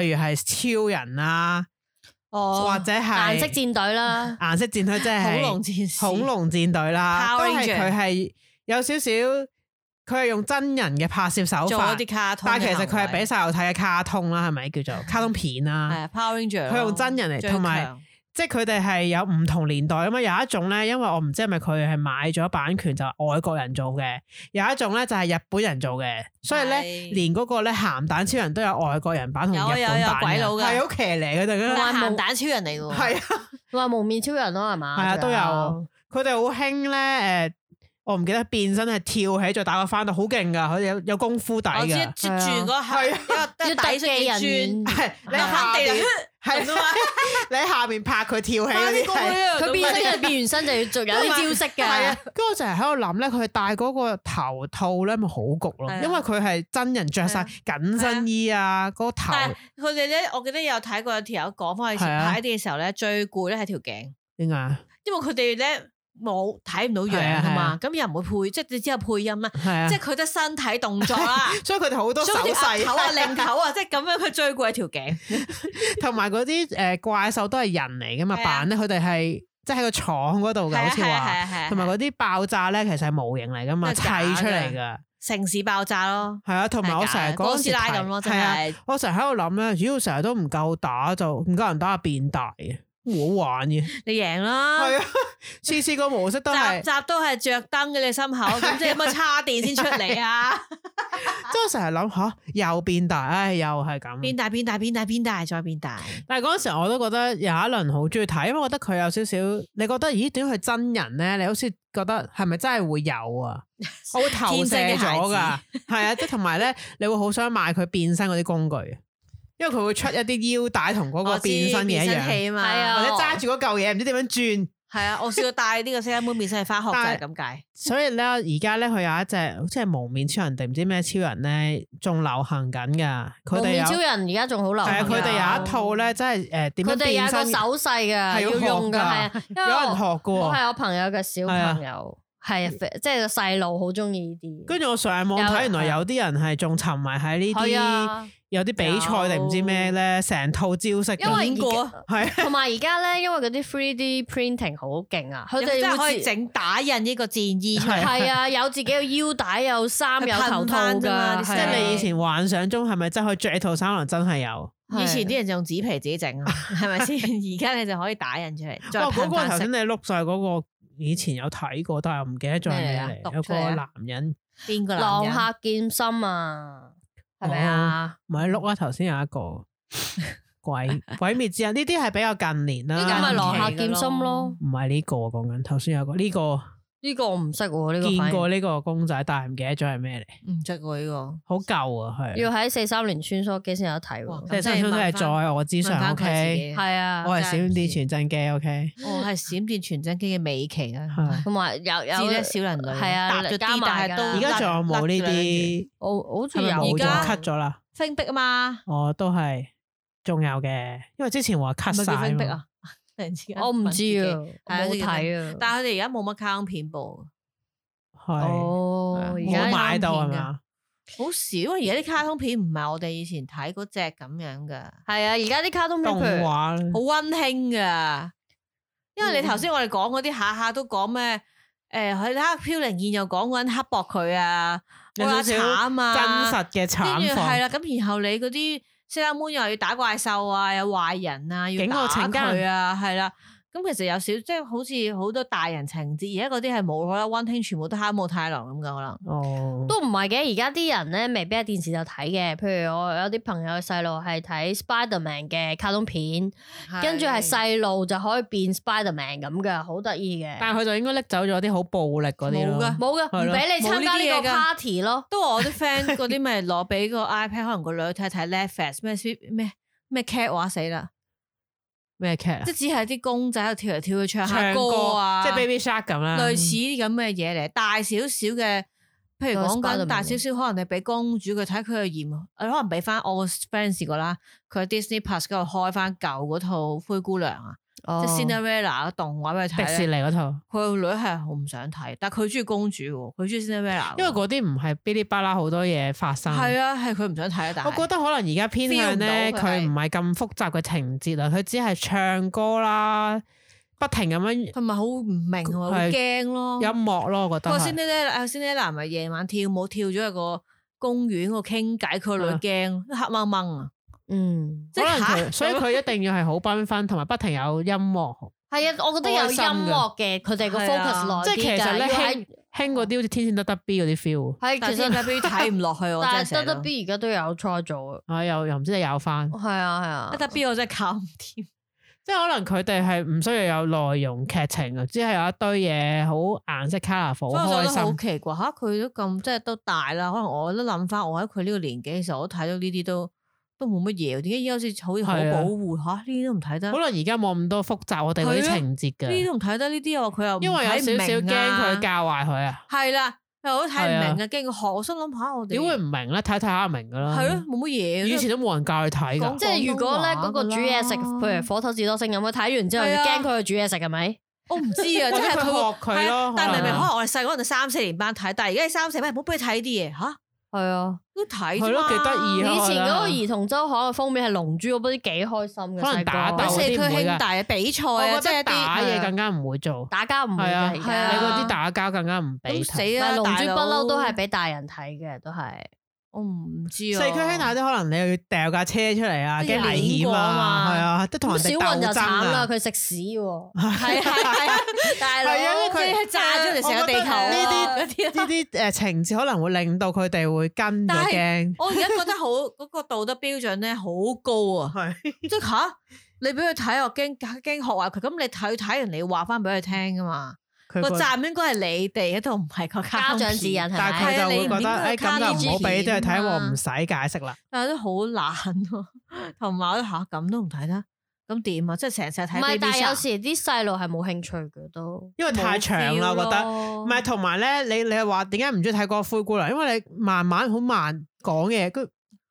S4: 例如係超人啊啦，
S3: 哦
S4: 或者係
S2: 顏色戰隊啦，
S4: 顏色戰隊，即係
S3: 恐龍戰士，
S4: 恐龍戰隊啦，都
S3: Power
S4: 係佢係有少少，佢係用真人嘅拍攝手
S3: 做
S4: 法
S3: 一。啲卡通嘅
S4: 但
S3: 行為，
S4: 係其實佢係俾細路睇嘅卡通啦，係咪叫做卡通片啦？
S3: 係啊 Power Ranger，
S4: 佢用真人嚟
S3: 最
S4: 同埋
S3: 強
S4: 即係佢哋係有唔同年代咁嘛。有一種咧，因為我唔知係咪佢係買咗版權就係外國人做嘅，有一種咧就係日本人做嘅，所以咧
S3: 係
S4: 連嗰個咧鹹蛋超人都有外國人版同日
S3: 有啊
S4: 本
S3: 有啊有
S4: 版
S3: 鬼佬㗎
S4: 係好騎呢嘅，突然
S3: 但係
S2: 冇
S3: 鹹蛋超人嚟嘅喎，
S4: 係啊，
S2: 話蒙面超人咯，係嘛？
S4: 係啊
S2: 仲
S4: 都有佢哋好興咧誒。我唔記得變身係跳起再打個翻到，好勁噶！佢哋有有功夫底
S3: 我知
S4: 㗎，
S3: 即轉嗰下，
S4: 係
S3: 一個
S2: 要
S3: 底
S2: 特技
S3: 式
S2: 人
S3: 轉，
S2: 員，
S4: 係你
S3: 你
S4: 下
S3: 下地
S4: 邊
S3: 係
S4: 係
S3: 咁啊嘛，
S4: 你喺下邊拍佢跳
S3: 啊
S4: 起嗰啲係
S2: 佢
S3: 佢
S2: 變身就
S3: 變咗
S2: 變完身就要做有啲招式
S4: 係
S2: 嘅
S4: 啊，，跟住我就係喺度諗咧，佢戴嗰個頭套咧咪好焗咯
S3: 係，啊
S4: 因為佢係真人着晒緊身衣啊，嗰個頭
S3: 但係佢哋咧，我記得有睇過有條友講翻以前
S4: 係啊
S3: 拍啲嘅時候咧，最攰咧係條頸，
S4: 點解？啊
S3: 因為佢哋咧冇睇唔到
S4: 係
S3: 樣
S4: 啊
S3: 噶
S4: 係
S3: 嘛
S4: 啊，
S3: 咁又唔會配，即係你只有配音啦，
S4: 係啊，
S3: 即
S4: 即
S3: 係佢得身體動作 啦，
S4: 所以佢哋好多手
S3: 所以佢
S4: 勢
S3: 條額頭啊、擰頭啊，即係咁樣佢最攰係條頸，
S4: 同埋嗰啲誒怪獸都係人嚟噶嘛，
S3: 係啊
S4: 扮咧佢哋係即係喺個廠嗰度
S3: 係
S4: 嘅，好
S3: 啊
S4: 似
S3: 係啊
S4: 話，
S3: 係啊，
S4: 同埋嗰啲爆炸咧其實係模型嚟噶嘛，
S3: 都
S4: 砌
S3: 係假㗎
S4: 出嚟噶，
S3: 城市爆炸咯，
S4: 係啊，同埋我成日
S3: 係㗎哥
S4: 嗰陣
S3: 斯
S4: 時
S3: 拉
S4: 睇
S3: 咁咯，真
S4: 係啊。
S3: 係
S4: 我成日喺度諗咧，如果成日都唔夠打就唔夠人打就變大嘅，唔好玩嘅。
S3: 你贏啦
S4: 係。啊，次次個模式都係，即
S3: 集集都係着燈嘅你心口，咁即係有冇叉電先出嚟啊？
S4: 係我成日諗吓又變大，唉又係
S3: 變
S4: 咁。
S3: 大變大變大變大再變大，
S4: 但係嗰陣時我都覺得有一輪好中意睇，因為我覺得佢有少少，你覺得咦點解佢真人咧？你好似覺得係咪真係會有 啊？我會投射
S3: 天生
S4: 咗
S3: 嘅
S4: 㗎
S3: 孩，
S4: 係啊，即係同埋咧，你會好想買佢變身嗰啲工具，因為佢會出一啲腰帶同嗰個
S3: 我知
S4: 變身嘅一
S3: 變
S4: 樣，
S3: 器啊嘛，
S2: 係啊
S4: 或者揸住嗰嚿嘢唔知點樣轉，
S3: 系啊，我試過帶呢個聲音妹面先去翻學就係咁解。
S4: 所以咧，而家咧佢有一隻好似係蒙面超人定唔知咩超人咧，仲流行緊噶。佢
S2: 蒙
S4: 哋
S2: 面超
S4: 有
S2: 人而家仲好流
S4: 係
S2: 行
S4: 啊，
S2: 㗎，
S4: 佢哋有一套咧，真係
S2: 佢
S4: 誒點樣
S2: 哋有
S4: 變
S2: 一個
S4: 身，
S2: 手勢嘅，要
S4: 要學
S2: 用嘅，
S4: 㗎
S2: 係啊，因為
S4: 有人學
S2: 我
S4: 嘅
S2: 我
S4: 喎。
S2: 係我朋友嘅小
S4: 係啊
S2: 朋友，係即係個細路好中意呢啲，
S4: 跟住我上網睇，
S2: 有
S4: 原來有啲人係仲沉迷喺呢
S2: 係
S4: 啲，
S2: 啊，
S4: 有啲比賽定唔知咩咧，成套招式
S2: 因為
S4: 㗎。
S3: 過
S2: 而家
S4: 係
S3: 啊
S4: 啊
S2: 同埋而家 咧，因為嗰啲 three D printing 好勁啊，佢
S3: 真
S2: 哋
S3: 係可
S2: 會
S3: 以
S2: 自
S3: 整打印呢個戰衣出嚟，
S4: 係
S2: 係啊，有自己嘅腰帶，有 衫，有頭套
S3: 噴返啫嘛
S2: 㗎，
S3: 啲
S4: 即
S2: 係啊
S4: 係你以前幻想中係咪真係可以着一套衫？可能真係有。
S3: 以前啲人就用紙皮自己整啊，係咪先？而家你就可以打印出嚟，再
S4: 哇！嗰
S3: 噴
S4: 個頭
S3: 翻色
S4: 先你碌晒嗰個，以前有睇過，但係我唔記得咗係咩
S3: 咩嚟
S4: 嚟。
S3: 啊
S4: 有
S3: 讀出嚟
S4: 個
S3: 啊
S4: 男人
S3: 邊個男
S2: 浪
S3: 人？
S2: 客劍心啊，係咪啊？
S4: 唔係碌啊，頭先有一個 鬼鬼滅之刃，呢啲係比較近年
S2: 呢個
S4: 啦
S2: 咪。
S3: 近
S2: 浪
S3: 期
S2: 客劍心咯，
S4: 唔係呢個講緊，頭先有個呢個
S2: 呢個我唔識喎，呢個
S4: 見
S2: 反而
S4: 過呢個公仔，但係唔記得咗係咩嚟，
S3: 唔着過呢個。
S4: 好舊啊，係
S2: 要。喺四三年穿梭機先有得睇
S3: 哇
S2: 喎。
S4: 即係新春都係在我之
S3: 問
S4: 上
S3: 返佢自
S4: ，OK。
S3: 己
S2: 係啊，
S4: 我係小
S3: 真係唔
S4: 啲
S3: 知
S4: 全真機，OK。
S3: 我哦係閃電傳真機嘅尾期啦，
S4: 係
S2: 同埋有
S3: 知
S2: 有
S3: 咧小人類
S2: 係啊
S3: 搭咗
S2: 加
S3: 啲，
S2: 埋
S3: 但
S2: 㗎
S3: 係都
S4: 而家仲有冇呢啲？
S2: 我好似
S4: 係咪
S2: 有
S4: 冇
S3: 而
S4: 咗
S3: 家
S4: cut 咗啦？
S3: 冰壁啊嘛，
S4: 我都係仲有嘅，因為之前話
S3: 唔
S4: cut
S3: 係
S4: 晒
S3: 叫
S4: 啊
S3: 冰壁
S4: 嘛。
S3: 啊， 突然之間
S2: 我唔知啊，我
S3: 係啊
S2: 冇睇啊。
S3: 但係佢哋而家冇乜卡通片播，
S4: 係啊
S2: 哦，而
S4: 冇
S2: 家
S4: 買到係
S3: 啱片㗎
S4: 嘛？
S3: 好少啊！而家啲卡通片唔係我哋以前睇嗰只咁樣噶，
S2: 係啊，而家啲卡通片
S4: 動
S2: 譬如
S4: 畫啦
S3: 好温馨噶。因為
S2: 嗯
S3: 你頭先我哋講嗰啲下下都講咩？誒，佢睇下飄零燕又講緊刻薄佢啊，
S4: 有
S3: 好啦
S4: 少少
S3: 慘
S4: 真
S3: 啊，
S4: 實嘅
S3: 跟
S4: 慘
S3: 住係
S4: 況，
S3: 啦，咁然後你嗰啲 s a i l Moon 又要打怪獸啊，有壞人啊，要
S4: 警惡
S3: 打
S4: 懲奸
S3: 佢啊，係啦。咁其實有少即係好似好多大人情節，而家嗰啲係冇啦，温馨全部都黑冇太郎咁噶可能。
S4: 哦，
S2: 都唔係嘅，而家啲人咧未必喺電視就睇嘅。譬如我有啲朋友嘅細路係睇 Spiderman 嘅卡通片，跟住係細路就可以變 Spiderman 咁嘅，好得意嘅。嗯
S4: 但係佢就應該拎走咗啲好暴力嗰啲
S3: 冇
S4: 咯
S3: 㗎。
S2: 冇嘅，唔
S4: 係咯
S2: 俾你參加呢
S3: 冇呢啲嘢
S2: 個
S3: 㗎
S2: party 咯。
S3: 都話我啲 friend 嗰啲咪攞俾個 iPad，可能個女睇睇 Netflix 咩 Sweet- 咩咩 cat 話死啦，
S4: 咩劇啊
S3: 即？係只係啲公仔喺度跳嚟跳去唱下
S4: 唱
S3: 歌啊，
S4: 即係 Baby Shark 咁啦，
S3: 類似啲咁嘅嘢嚟，大少少嘅，譬如
S2: 都係
S3: 講
S2: Spiderman
S3: 緊大少少，可能你俾公主佢睇，佢又嫌，呃可能俾翻我個 friend 試過啦，佢喺 Disney Plus 嗰度開翻舊嗰套灰姑娘啊，
S4: 哦
S3: 即
S2: 哦
S3: 係 Cinderella 嘅動畫俾佢
S4: 迪士
S3: 睇
S4: 尼
S3: 咧。
S4: 嗰套，
S3: 佢個女係啊好唔想睇，但係佢中意公主喎，佢中意 Cinderella 喎。
S4: 因為嗰啲唔係噼里啪啦好多嘢發生。
S3: 係啊，係佢唔想睇啊，但係
S4: 我覺得可能而家偏向咧，
S3: feel 唔到佢係
S4: 佢唔係咁複雜嘅情節啊，佢只係唱歌啦，不停咁樣
S3: 同埋好唔明喎，好
S4: 係
S3: 驚咯。
S4: 音樂咯，我覺得
S3: 個
S4: 係。
S3: 先呢咧，啊先呢男咪夜晚跳舞跳咗去個公園嗰度傾偈，佢個女
S4: 啊
S3: 驚黑掹掹啊！
S2: 嗯，
S3: 即
S4: 可
S3: 係
S4: 能
S3: 嚇
S4: 佢，所以佢一定要係好繽紛，同埋不停有音樂。
S2: 係啊，我覺得有
S4: 開
S2: 音
S4: 心㗎
S2: 樂嘅，佢哋個
S3: 係
S2: focus
S3: 啊
S2: 耐啲㗎。
S4: 即係其實咧，
S2: 要喺
S4: 興興嗰啲好似天線得得 B 嗰啲 feel
S2: 係
S3: 但
S2: 其
S3: 係
S2: 實
S3: WWE 睇唔落去，我
S2: 但
S3: 真
S2: 係
S3: 係
S2: 得
S3: 得
S2: 得
S3: 得 B
S2: B 而家都有賽做啊，
S4: 啊，又又唔知你有翻，
S2: 係啊係啊，
S3: 得得 B 我真係搞唔掂。
S4: 即係可能佢哋係唔需要有內容劇情啊，只係有一堆嘢好顏色 colourful，
S3: 所以
S4: 好開
S3: 我覺得好啊
S4: 心。
S3: 奇怪吓，佢都咁即係都大啦，可能我都諗翻，我喺佢呢個年紀嘅時候，我睇到呢啲都都冇乜嘢，點解而家好似好好
S4: 係啊
S3: 保護吓？呢啲都唔睇得，
S4: 可
S3: 呢
S4: 能而家冇咁多複雜我哋嗰啲
S3: 係啊
S4: 情節
S3: 啲
S4: 嘅，
S3: 都唔睇得，呢啲又佢又
S4: 因為有少少驚
S3: 驚
S4: 佢教壞佢啊。
S3: 係啦，又好睇唔
S4: 係啊
S3: 明啊，驚佢學。我心諗下，我哋
S4: 點會唔明咧？睇睇下明噶啦。
S3: 係咯，，冇乜嘢。
S4: 以前都冇人教佢睇㗎
S3: 講。
S2: 即係如果咧
S3: 廣東話
S2: 嗰個煮嘢食，
S3: 㗎啦
S2: 譬如火頭至多星咁，佢睇完之後就
S3: 係啊
S2: 驚佢去煮嘢食係咪？
S3: 我 唔知
S4: 或
S3: 啊，即
S4: 者
S3: 係
S4: 佢
S3: 會
S4: 學佢
S3: 係啊
S4: 咯
S3: 但係
S4: 可能
S3: 明明可能我哋細個嗰陣三四年班睇，但係而家係三四班，唔好俾佢睇啲嘢吓，
S2: 係啊，
S3: 都睇
S4: 係
S3: 啫
S4: 咯
S3: 嘛。
S4: 幾得意啊
S2: 以前嗰個
S4: 可能
S2: 兒童周刊嘅封面係龍珠，我不知幾開心嘅。
S4: 可能打
S2: 細個
S4: 鬥
S3: 四
S4: 嗰啲
S3: 驅
S4: 唔會
S3: 兄
S4: 㗎
S3: 弟啊比賽啊，
S4: 我
S3: 即
S4: 覺
S3: 係
S4: 得
S3: 一
S4: 打嘢
S3: 啲
S4: 更加唔會做。
S2: 打交唔會
S4: 係
S2: 嘅，
S4: 啊，你
S2: 而
S3: 係啊
S4: 嗰
S2: 家
S4: 啲打交更加唔俾
S3: 咁
S4: 睇。
S3: 死
S2: 唔係
S3: 啊！
S2: 龍珠
S3: 大
S2: 不
S3: 佬
S2: 嬲都係，俾大人睇嘅，都係
S3: 我唔知啊。
S4: 四驅兄弟啲可能你又要掉架車出嚟啊，
S3: 都要
S4: 驚危
S3: 碾
S4: 險
S3: 過啊
S4: 啊，
S3: 嘛
S4: 係啊，都同
S2: 咁
S4: 人
S2: 小
S4: 哋
S2: 雲就
S4: 鬥爭
S2: 慘啦，
S4: 啊。
S2: 佢食屎喎，
S3: 係啊係啊，大佬
S4: 係啊因為佢
S3: 即係炸咗嚟成個地球啊
S4: 我覺得呢啲
S3: 嗰啲啊
S4: 呢啲誒情節可能會令到佢哋會跟咗
S3: 但係
S4: 驚，
S3: 我而家覺得好 嗰個道德標準咧好高啊！
S4: 係
S3: 即係吓，你俾佢睇，我驚驚學壞佢。咁你睇睇完，你要話翻俾佢聽噶嘛？
S4: 佢
S3: 個
S4: 覺
S3: 站應該係你哋喺度，唔係個
S2: 家長指引
S3: 人。
S2: 係
S4: 但係
S2: 咪？
S4: 佢就會覺
S3: 係啊
S4: 得誒
S3: 你
S4: 咁就唔好俾啲佢睇，
S3: 卡通片啊
S4: 我唔
S3: 嘛
S4: 使解釋啦。
S3: 但係都好懶咯，同埋我都嚇咁都唔睇得，咁點啊？即係成世睇
S2: 唔係，但
S3: Baby
S2: 係有
S3: Shark，
S2: 時啲細路係冇興趣嘅都，
S4: 因為太長啦，啊我覺得。唔係，同埋咧，你你話點解唔中意睇嗰個灰姑娘？因為你慢慢好慢講嘢，佢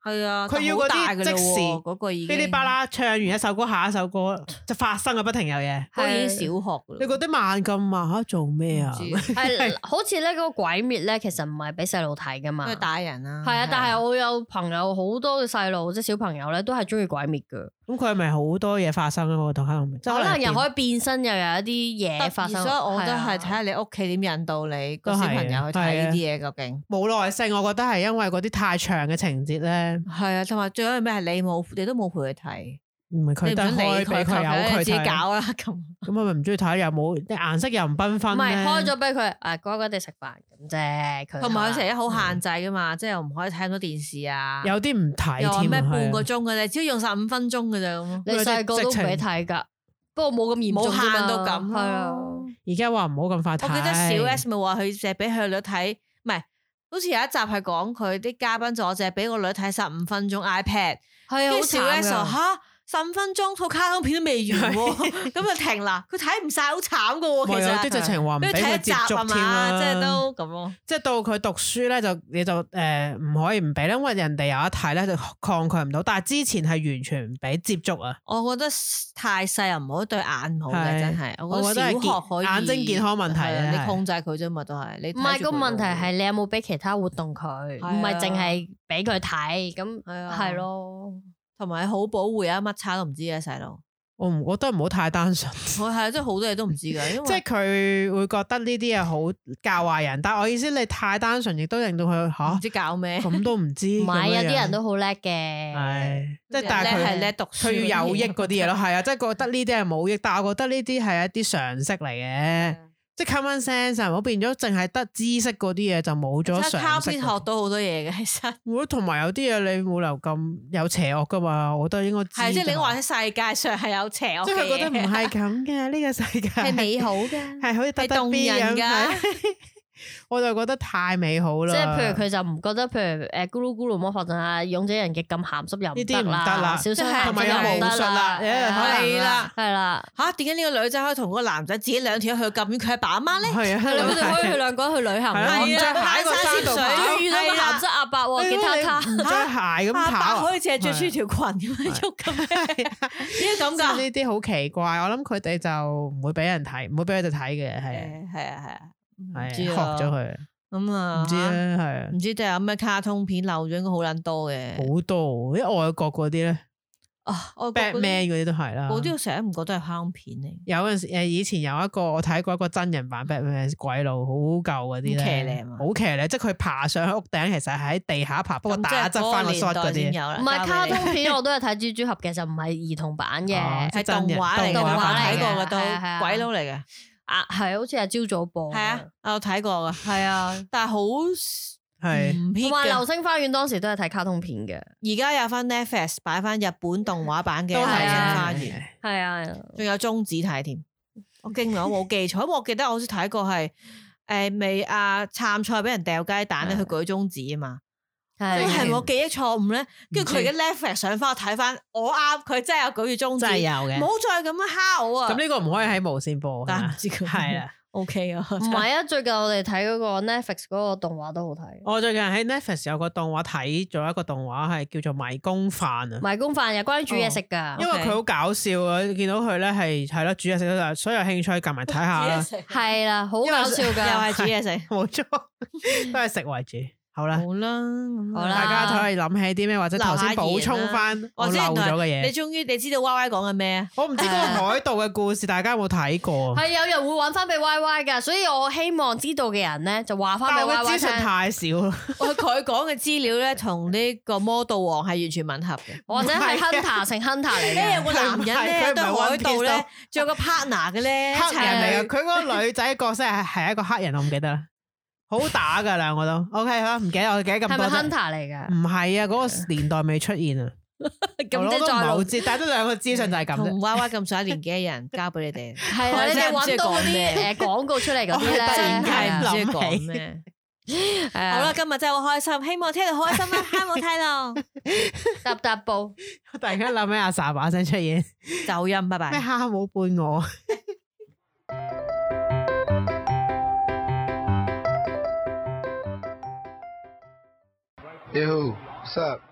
S3: 係啊，
S4: 佢要
S3: 咁好
S4: 嗰啲
S3: 大㗎啦
S4: 即時
S3: 喎嗰個
S4: 噼
S3: 已經
S4: 里啪啦唱完一首歌，下一首歌就發生啊，不停有嘢。
S3: 都已經小學㗎啦
S4: 你覺得慢咁慢吓做咩啊？
S3: 唔知
S2: 係好似咧嗰個鬼滅咧，其實唔係俾細路睇噶嘛
S3: 因。為打人啊，
S2: 係啊，但係我有朋友好多嘅細路，即係小朋友咧，都係中意鬼滅嘅。
S4: 咁佢係咪好多嘢發生啊？我同黑龍明，即係
S2: 可能又可
S4: 以
S2: 以變身，又有一啲嘢發生。
S3: 所以我覺得係
S2: 啊
S3: 睇下你屋企點引導你個
S4: 都
S3: 小
S4: 係啊
S3: 朋友去睇呢啲嘢究竟。
S4: 冇耐性，我覺得係因為嗰啲太長嘅情節咧，
S3: 係啊，同埋最緊要咩係你冇，你都冇陪佢睇，
S4: 唔係
S3: 你
S4: 佢
S3: 唔
S4: 都
S3: 想理
S4: 開俾佢有
S3: 佢
S4: 佢
S3: 自己
S4: 睇，
S3: 搞啦咁。
S4: 咁我啊咪唔中意睇，又冇啲顏色又唔繽紛
S2: 唔
S4: 呢，
S2: 係開咗俾佢，誒乖乖哋食飯咁啫。佢
S3: 同埋佢成日好限
S2: 嗯
S3: 制噶嘛，即係又唔可以睇咁多電視啊，
S4: 有啲唔睇
S3: 又話
S4: 添
S3: 咩
S4: 啊，
S3: 半
S4: 係
S3: 個
S4: 啊
S3: 鐘嘅啫，只要用晒五分鐘嘅啫咁咯，
S2: 你細個都唔俾睇㗎，不過冇咁嚴
S3: 冇
S2: 重啫嘛
S3: 限到咁
S2: 係啊，
S3: 咯。
S4: 而家話唔好咁快
S3: 我
S4: 睇。
S3: 記得小 S 咪話佢成日俾佢女睇，唔係，好似有一集係講佢啲嘉賓就我淨係俾個女睇十五分鐘 iPad，
S4: 哎
S2: 係啊，
S3: 跟
S2: 好
S3: 住小
S2: 慘
S3: S 話
S2: 㗎
S3: 吓十五分鐘套卡通片都未完喎， 咁就停啦。佢睇唔晒，好慘噶喎，
S4: 咪
S3: 其
S4: 有
S3: 實。
S4: 啲直情話唔俾
S3: 俾佢睇
S4: 佢
S3: 一集
S4: 接
S3: 啊
S4: 觸添啦，
S3: 嘛，即係都咁咯。
S4: 即係到佢讀書咧，就你就誒唔、可以唔俾咧，因為人哋有一睇咧就抗拒唔到，但係之前係完全唔俾接觸啊，
S3: 我覺得太細又唔好對眼唔好
S4: 係
S3: 嘅，真係。
S4: 我
S3: 覺
S4: 覺
S3: 得
S4: 得係
S3: 小學
S4: 健
S3: 可以
S4: 眼睛健康問題啊
S3: 係啊
S4: 係
S3: 你控制佢啫嘛，都係你睇
S2: 唔係
S3: 住
S2: 個
S3: 佢
S2: 問題
S3: 咯
S2: 係你有冇俾其他活動佢，
S3: 係啊
S2: 唔係淨係俾佢睇咁，
S3: 係啊
S2: 係咯。
S3: 同埋好保護啊，乜叉都唔知嘅細路，
S4: 我唔我覺得唔好太單純，
S3: 我係即係好啊多嘢都唔知㗎，因
S4: 即係
S3: 為
S4: 佢會覺得呢啲嘢好教壞人，但係我意思你太單純，亦都令到佢
S3: 唔
S4: 吓
S3: 知啊搞咩。
S4: 咁都唔知，
S2: 唔係有
S4: 咁樣
S2: 啲
S4: 樣
S2: 人都好叻嘅，
S4: 係即係
S3: 叻
S4: 但係
S3: 係
S4: 佢
S3: 叻讀書嗰啲嘢，
S4: 佢要有益嗰啲嘢咯，係啊，即係覺得呢啲係冇益，但係我覺得呢啲係一啲常識嚟嘅，
S3: 嗯
S4: 即係 common sense 啊，唔好變咗淨係得知識嗰啲嘢就冇咗
S3: 即係靠
S4: 常識
S3: 邊
S4: 嗰
S3: 學
S4: 啲。
S3: 到好多嘢嘅，其實
S4: 我同埋有啲嘢你冇理由咁有邪惡噶嘛，我覺得應該知
S3: 係即係你
S4: 㗎
S3: 話
S4: 嘛
S3: 喺世界上係有邪惡
S4: 即係
S3: 嘅
S4: 佢覺得
S3: 嘢，
S4: 唔係咁嘅呢個世 界
S2: 係美好 嘅。
S4: 係好似特
S3: 係
S4: 登
S3: 動
S4: B
S3: 人
S4: 咁
S3: 㗎
S4: 係， 我就覺得太美好
S2: 即
S4: 啦。
S2: 係譬如佢就唔覺得，譬如誒咕嚕咕嚕魔法陣啊，勇者人嘅咁鹹濕又
S4: 呢
S2: 唔
S4: 啲唔
S2: 得
S4: 得啦，
S2: 啦，小
S4: 即
S2: 心
S4: 係
S2: 鹹
S4: 同埋
S2: 濕
S4: 有
S2: 又唔
S4: 巫
S2: 得
S4: 術啊啦，有人可能
S3: 係啦
S2: 係啦，
S3: 吓點解呢個女仔可以同嗰個男仔自己兩條去咁遠，佢阿爸阿媽咧？
S4: 係
S2: 佢哋可以去
S4: 啊，
S2: 兩個人去旅行
S4: 係啊
S2: 啦。
S4: 唔着鞋喺個山度
S3: 係啊
S4: 跑
S2: 佢遇到個鹹濕阿伯喎，吉他卡
S4: 啊你唔着鞋咁
S3: 阿爸
S4: 跑
S3: 可
S4: 啊。
S3: 以淨係着穿條裙咁樣喐咁樣，點解咁
S4: 即係
S3: 㗎？
S4: 呢啲好奇怪，我諗佢哋就唔會俾人睇，唔會俾佢哋睇嘅，係
S3: 誒係啊係
S4: 啊
S3: 啊，唔
S4: 係
S3: 知
S4: 學
S3: 啊
S4: 咗佢，
S3: 咁啊，
S4: 唔知啊，係啊
S3: 嚇，唔知都有咩卡通片漏咗，應該好撚多嘅。
S4: 好多，因為外國嗰啲咧
S3: 啊，我覺得嗰啲
S4: ，Batman 嗰啲都啊係啦，
S3: 嗰啲我成日唔覺得係卡通片嚟，
S4: 有陣時誒，以前有一個我睇過一個真人版 Batman 鬼佬，好舊嗰啲
S3: 好騎
S4: 咧
S3: 呢，嘛
S4: 好騎呢，即係佢爬上屋頂，其實係喺地下爬，不過
S3: 咁即係
S4: 打側翻個
S3: 嗰
S4: shot
S3: 個
S4: 嗰
S3: 年代
S4: 啲。
S3: 先有啦。
S2: 唔係
S3: 交
S2: 卡
S3: 俾你
S2: 通片，我都有睇蜘蛛俠嘅，就唔係兒童版嘅，
S4: 哦
S3: 係動畫嚟嘅，
S4: 動畫
S3: 我睇
S4: 嚟嘅
S3: 過嘅都
S2: 係啊係啊
S3: 鬼佬嚟嘅，
S2: 啊係好似係朝早播嘅。
S3: 係啊，我睇過嘅，
S2: 係啊，
S3: 但係好唔
S4: 係
S3: hit
S2: 同埋《流
S3: 嘅。
S2: 星花園》當時都係睇卡通片嘅，
S3: 而家有翻 Netflix 擺翻日本動畫版嘅《
S4: 都
S3: 流星
S2: 係啊
S3: 花園》。
S2: 係啊，
S3: 仲有中指睇添。我經我冇記錯，因為我記得我好似睇過係誒未啊杉菜俾人掉雞蛋咧，佢舉中指啊嘛，
S4: 係
S3: 咁係
S2: 係
S3: 咪我記憶錯誤咧？跟住佢而
S4: 唔知
S3: 家 Netflix 上翻我睇翻，我啱，佢真係有舉住中指，
S4: 真係
S3: 唔
S4: 有嘅。
S3: 好再咁樣蝦我啊！
S4: 咁呢個唔可以喺無線播，係
S3: 但係 唔
S4: 嘛
S3: 知佢
S4: 係啦。
S3: OK 啊，
S2: 唔係啊？最近我哋睇嗰個 Netflix 嗰個動畫都好睇，《
S4: 我最近喺 Netflix 有個動畫睇咗一個動畫係叫做《迷宮飯》啊。
S2: 迷宮飯》又關於煮嘢食㗎
S4: 因，為佢
S3: OK
S4: 好搞笑啊！見到佢咧係係咯，煮嘢食都有所有興趣撳埋睇 下啦，
S2: 係啦，好搞笑
S3: 又
S2: 㗎。
S3: 係煮嘢食，
S4: 冇錯，都係食為主。 好啦，
S3: 好啦，
S2: 好啦
S4: 大家可以諗起啲咩，或者頭先補充翻我
S3: 或者
S4: 漏咗嘅嘢
S3: 你。終於你知道 Y Y 講緊 咩？
S4: 我唔知嗰個海盜嘅故事，大家有冇睇過？啊
S2: 係有人會揾翻俾 Y Y 㗎，所以我希望知道嘅人咧就話翻
S4: 但
S2: 俾
S4: 係我
S2: Y
S4: 嘅
S2: Y
S4: 資訊
S2: 聽，
S4: 太少啦，
S3: 佢佢講嘅資料咧，同呢個魔盜王係完全吻 合嘅。
S2: 或者係 Hunter 成 Hunter 嚟
S3: 咧有
S2: 嘅。
S3: 個男人
S4: 佢
S3: 咧
S4: 唔係
S3: 都係
S4: 佢唔係 One
S3: 海盜
S4: Piece
S3: 咧，仲有個 partner 嘅咧，
S4: 黑
S3: 一齊
S4: 人嚟嘅。
S3: 去
S4: 佢嗰個女仔角色係係一個黑人，我唔記得啦，好打噶啦，我都 OK 啦，唔記得我記得咁
S2: 係
S4: 多
S2: 咪
S4: 啫。
S2: Hunter 嚟㗎？
S4: 唔係啊，嗰個年代未出現啊，
S2: 咁
S4: 我
S2: 即係
S4: 都唔係
S2: 再
S4: 好
S2: 老
S4: 知，但係得兩個資訊就係咁啫
S3: 同。娃娃咁上下年紀嘅人交俾你哋，
S2: 係啊，
S3: 我
S2: 你
S3: 真係
S2: 哋
S3: 唔知
S2: 揾
S3: 佢
S2: 到嗰
S3: 講咩
S2: 啲誒廣告出嚟嗰啲
S4: 我係突然
S2: 咧，
S4: 間
S2: 係啊啊
S3: 係唔知佢
S4: 諗起
S3: 講咩。
S2: 好
S3: 好 啦，，今日真系好开心，希望聽到開心 啦，哈冇睇咯，
S2: 踏踏步，
S4: 我突然間諗起阿 sa 把聲出現，
S3: 走音， 拜
S4: 咩
S3: 拜。
S4: 蝦冇伴我。
S1: Hey, who? What's up?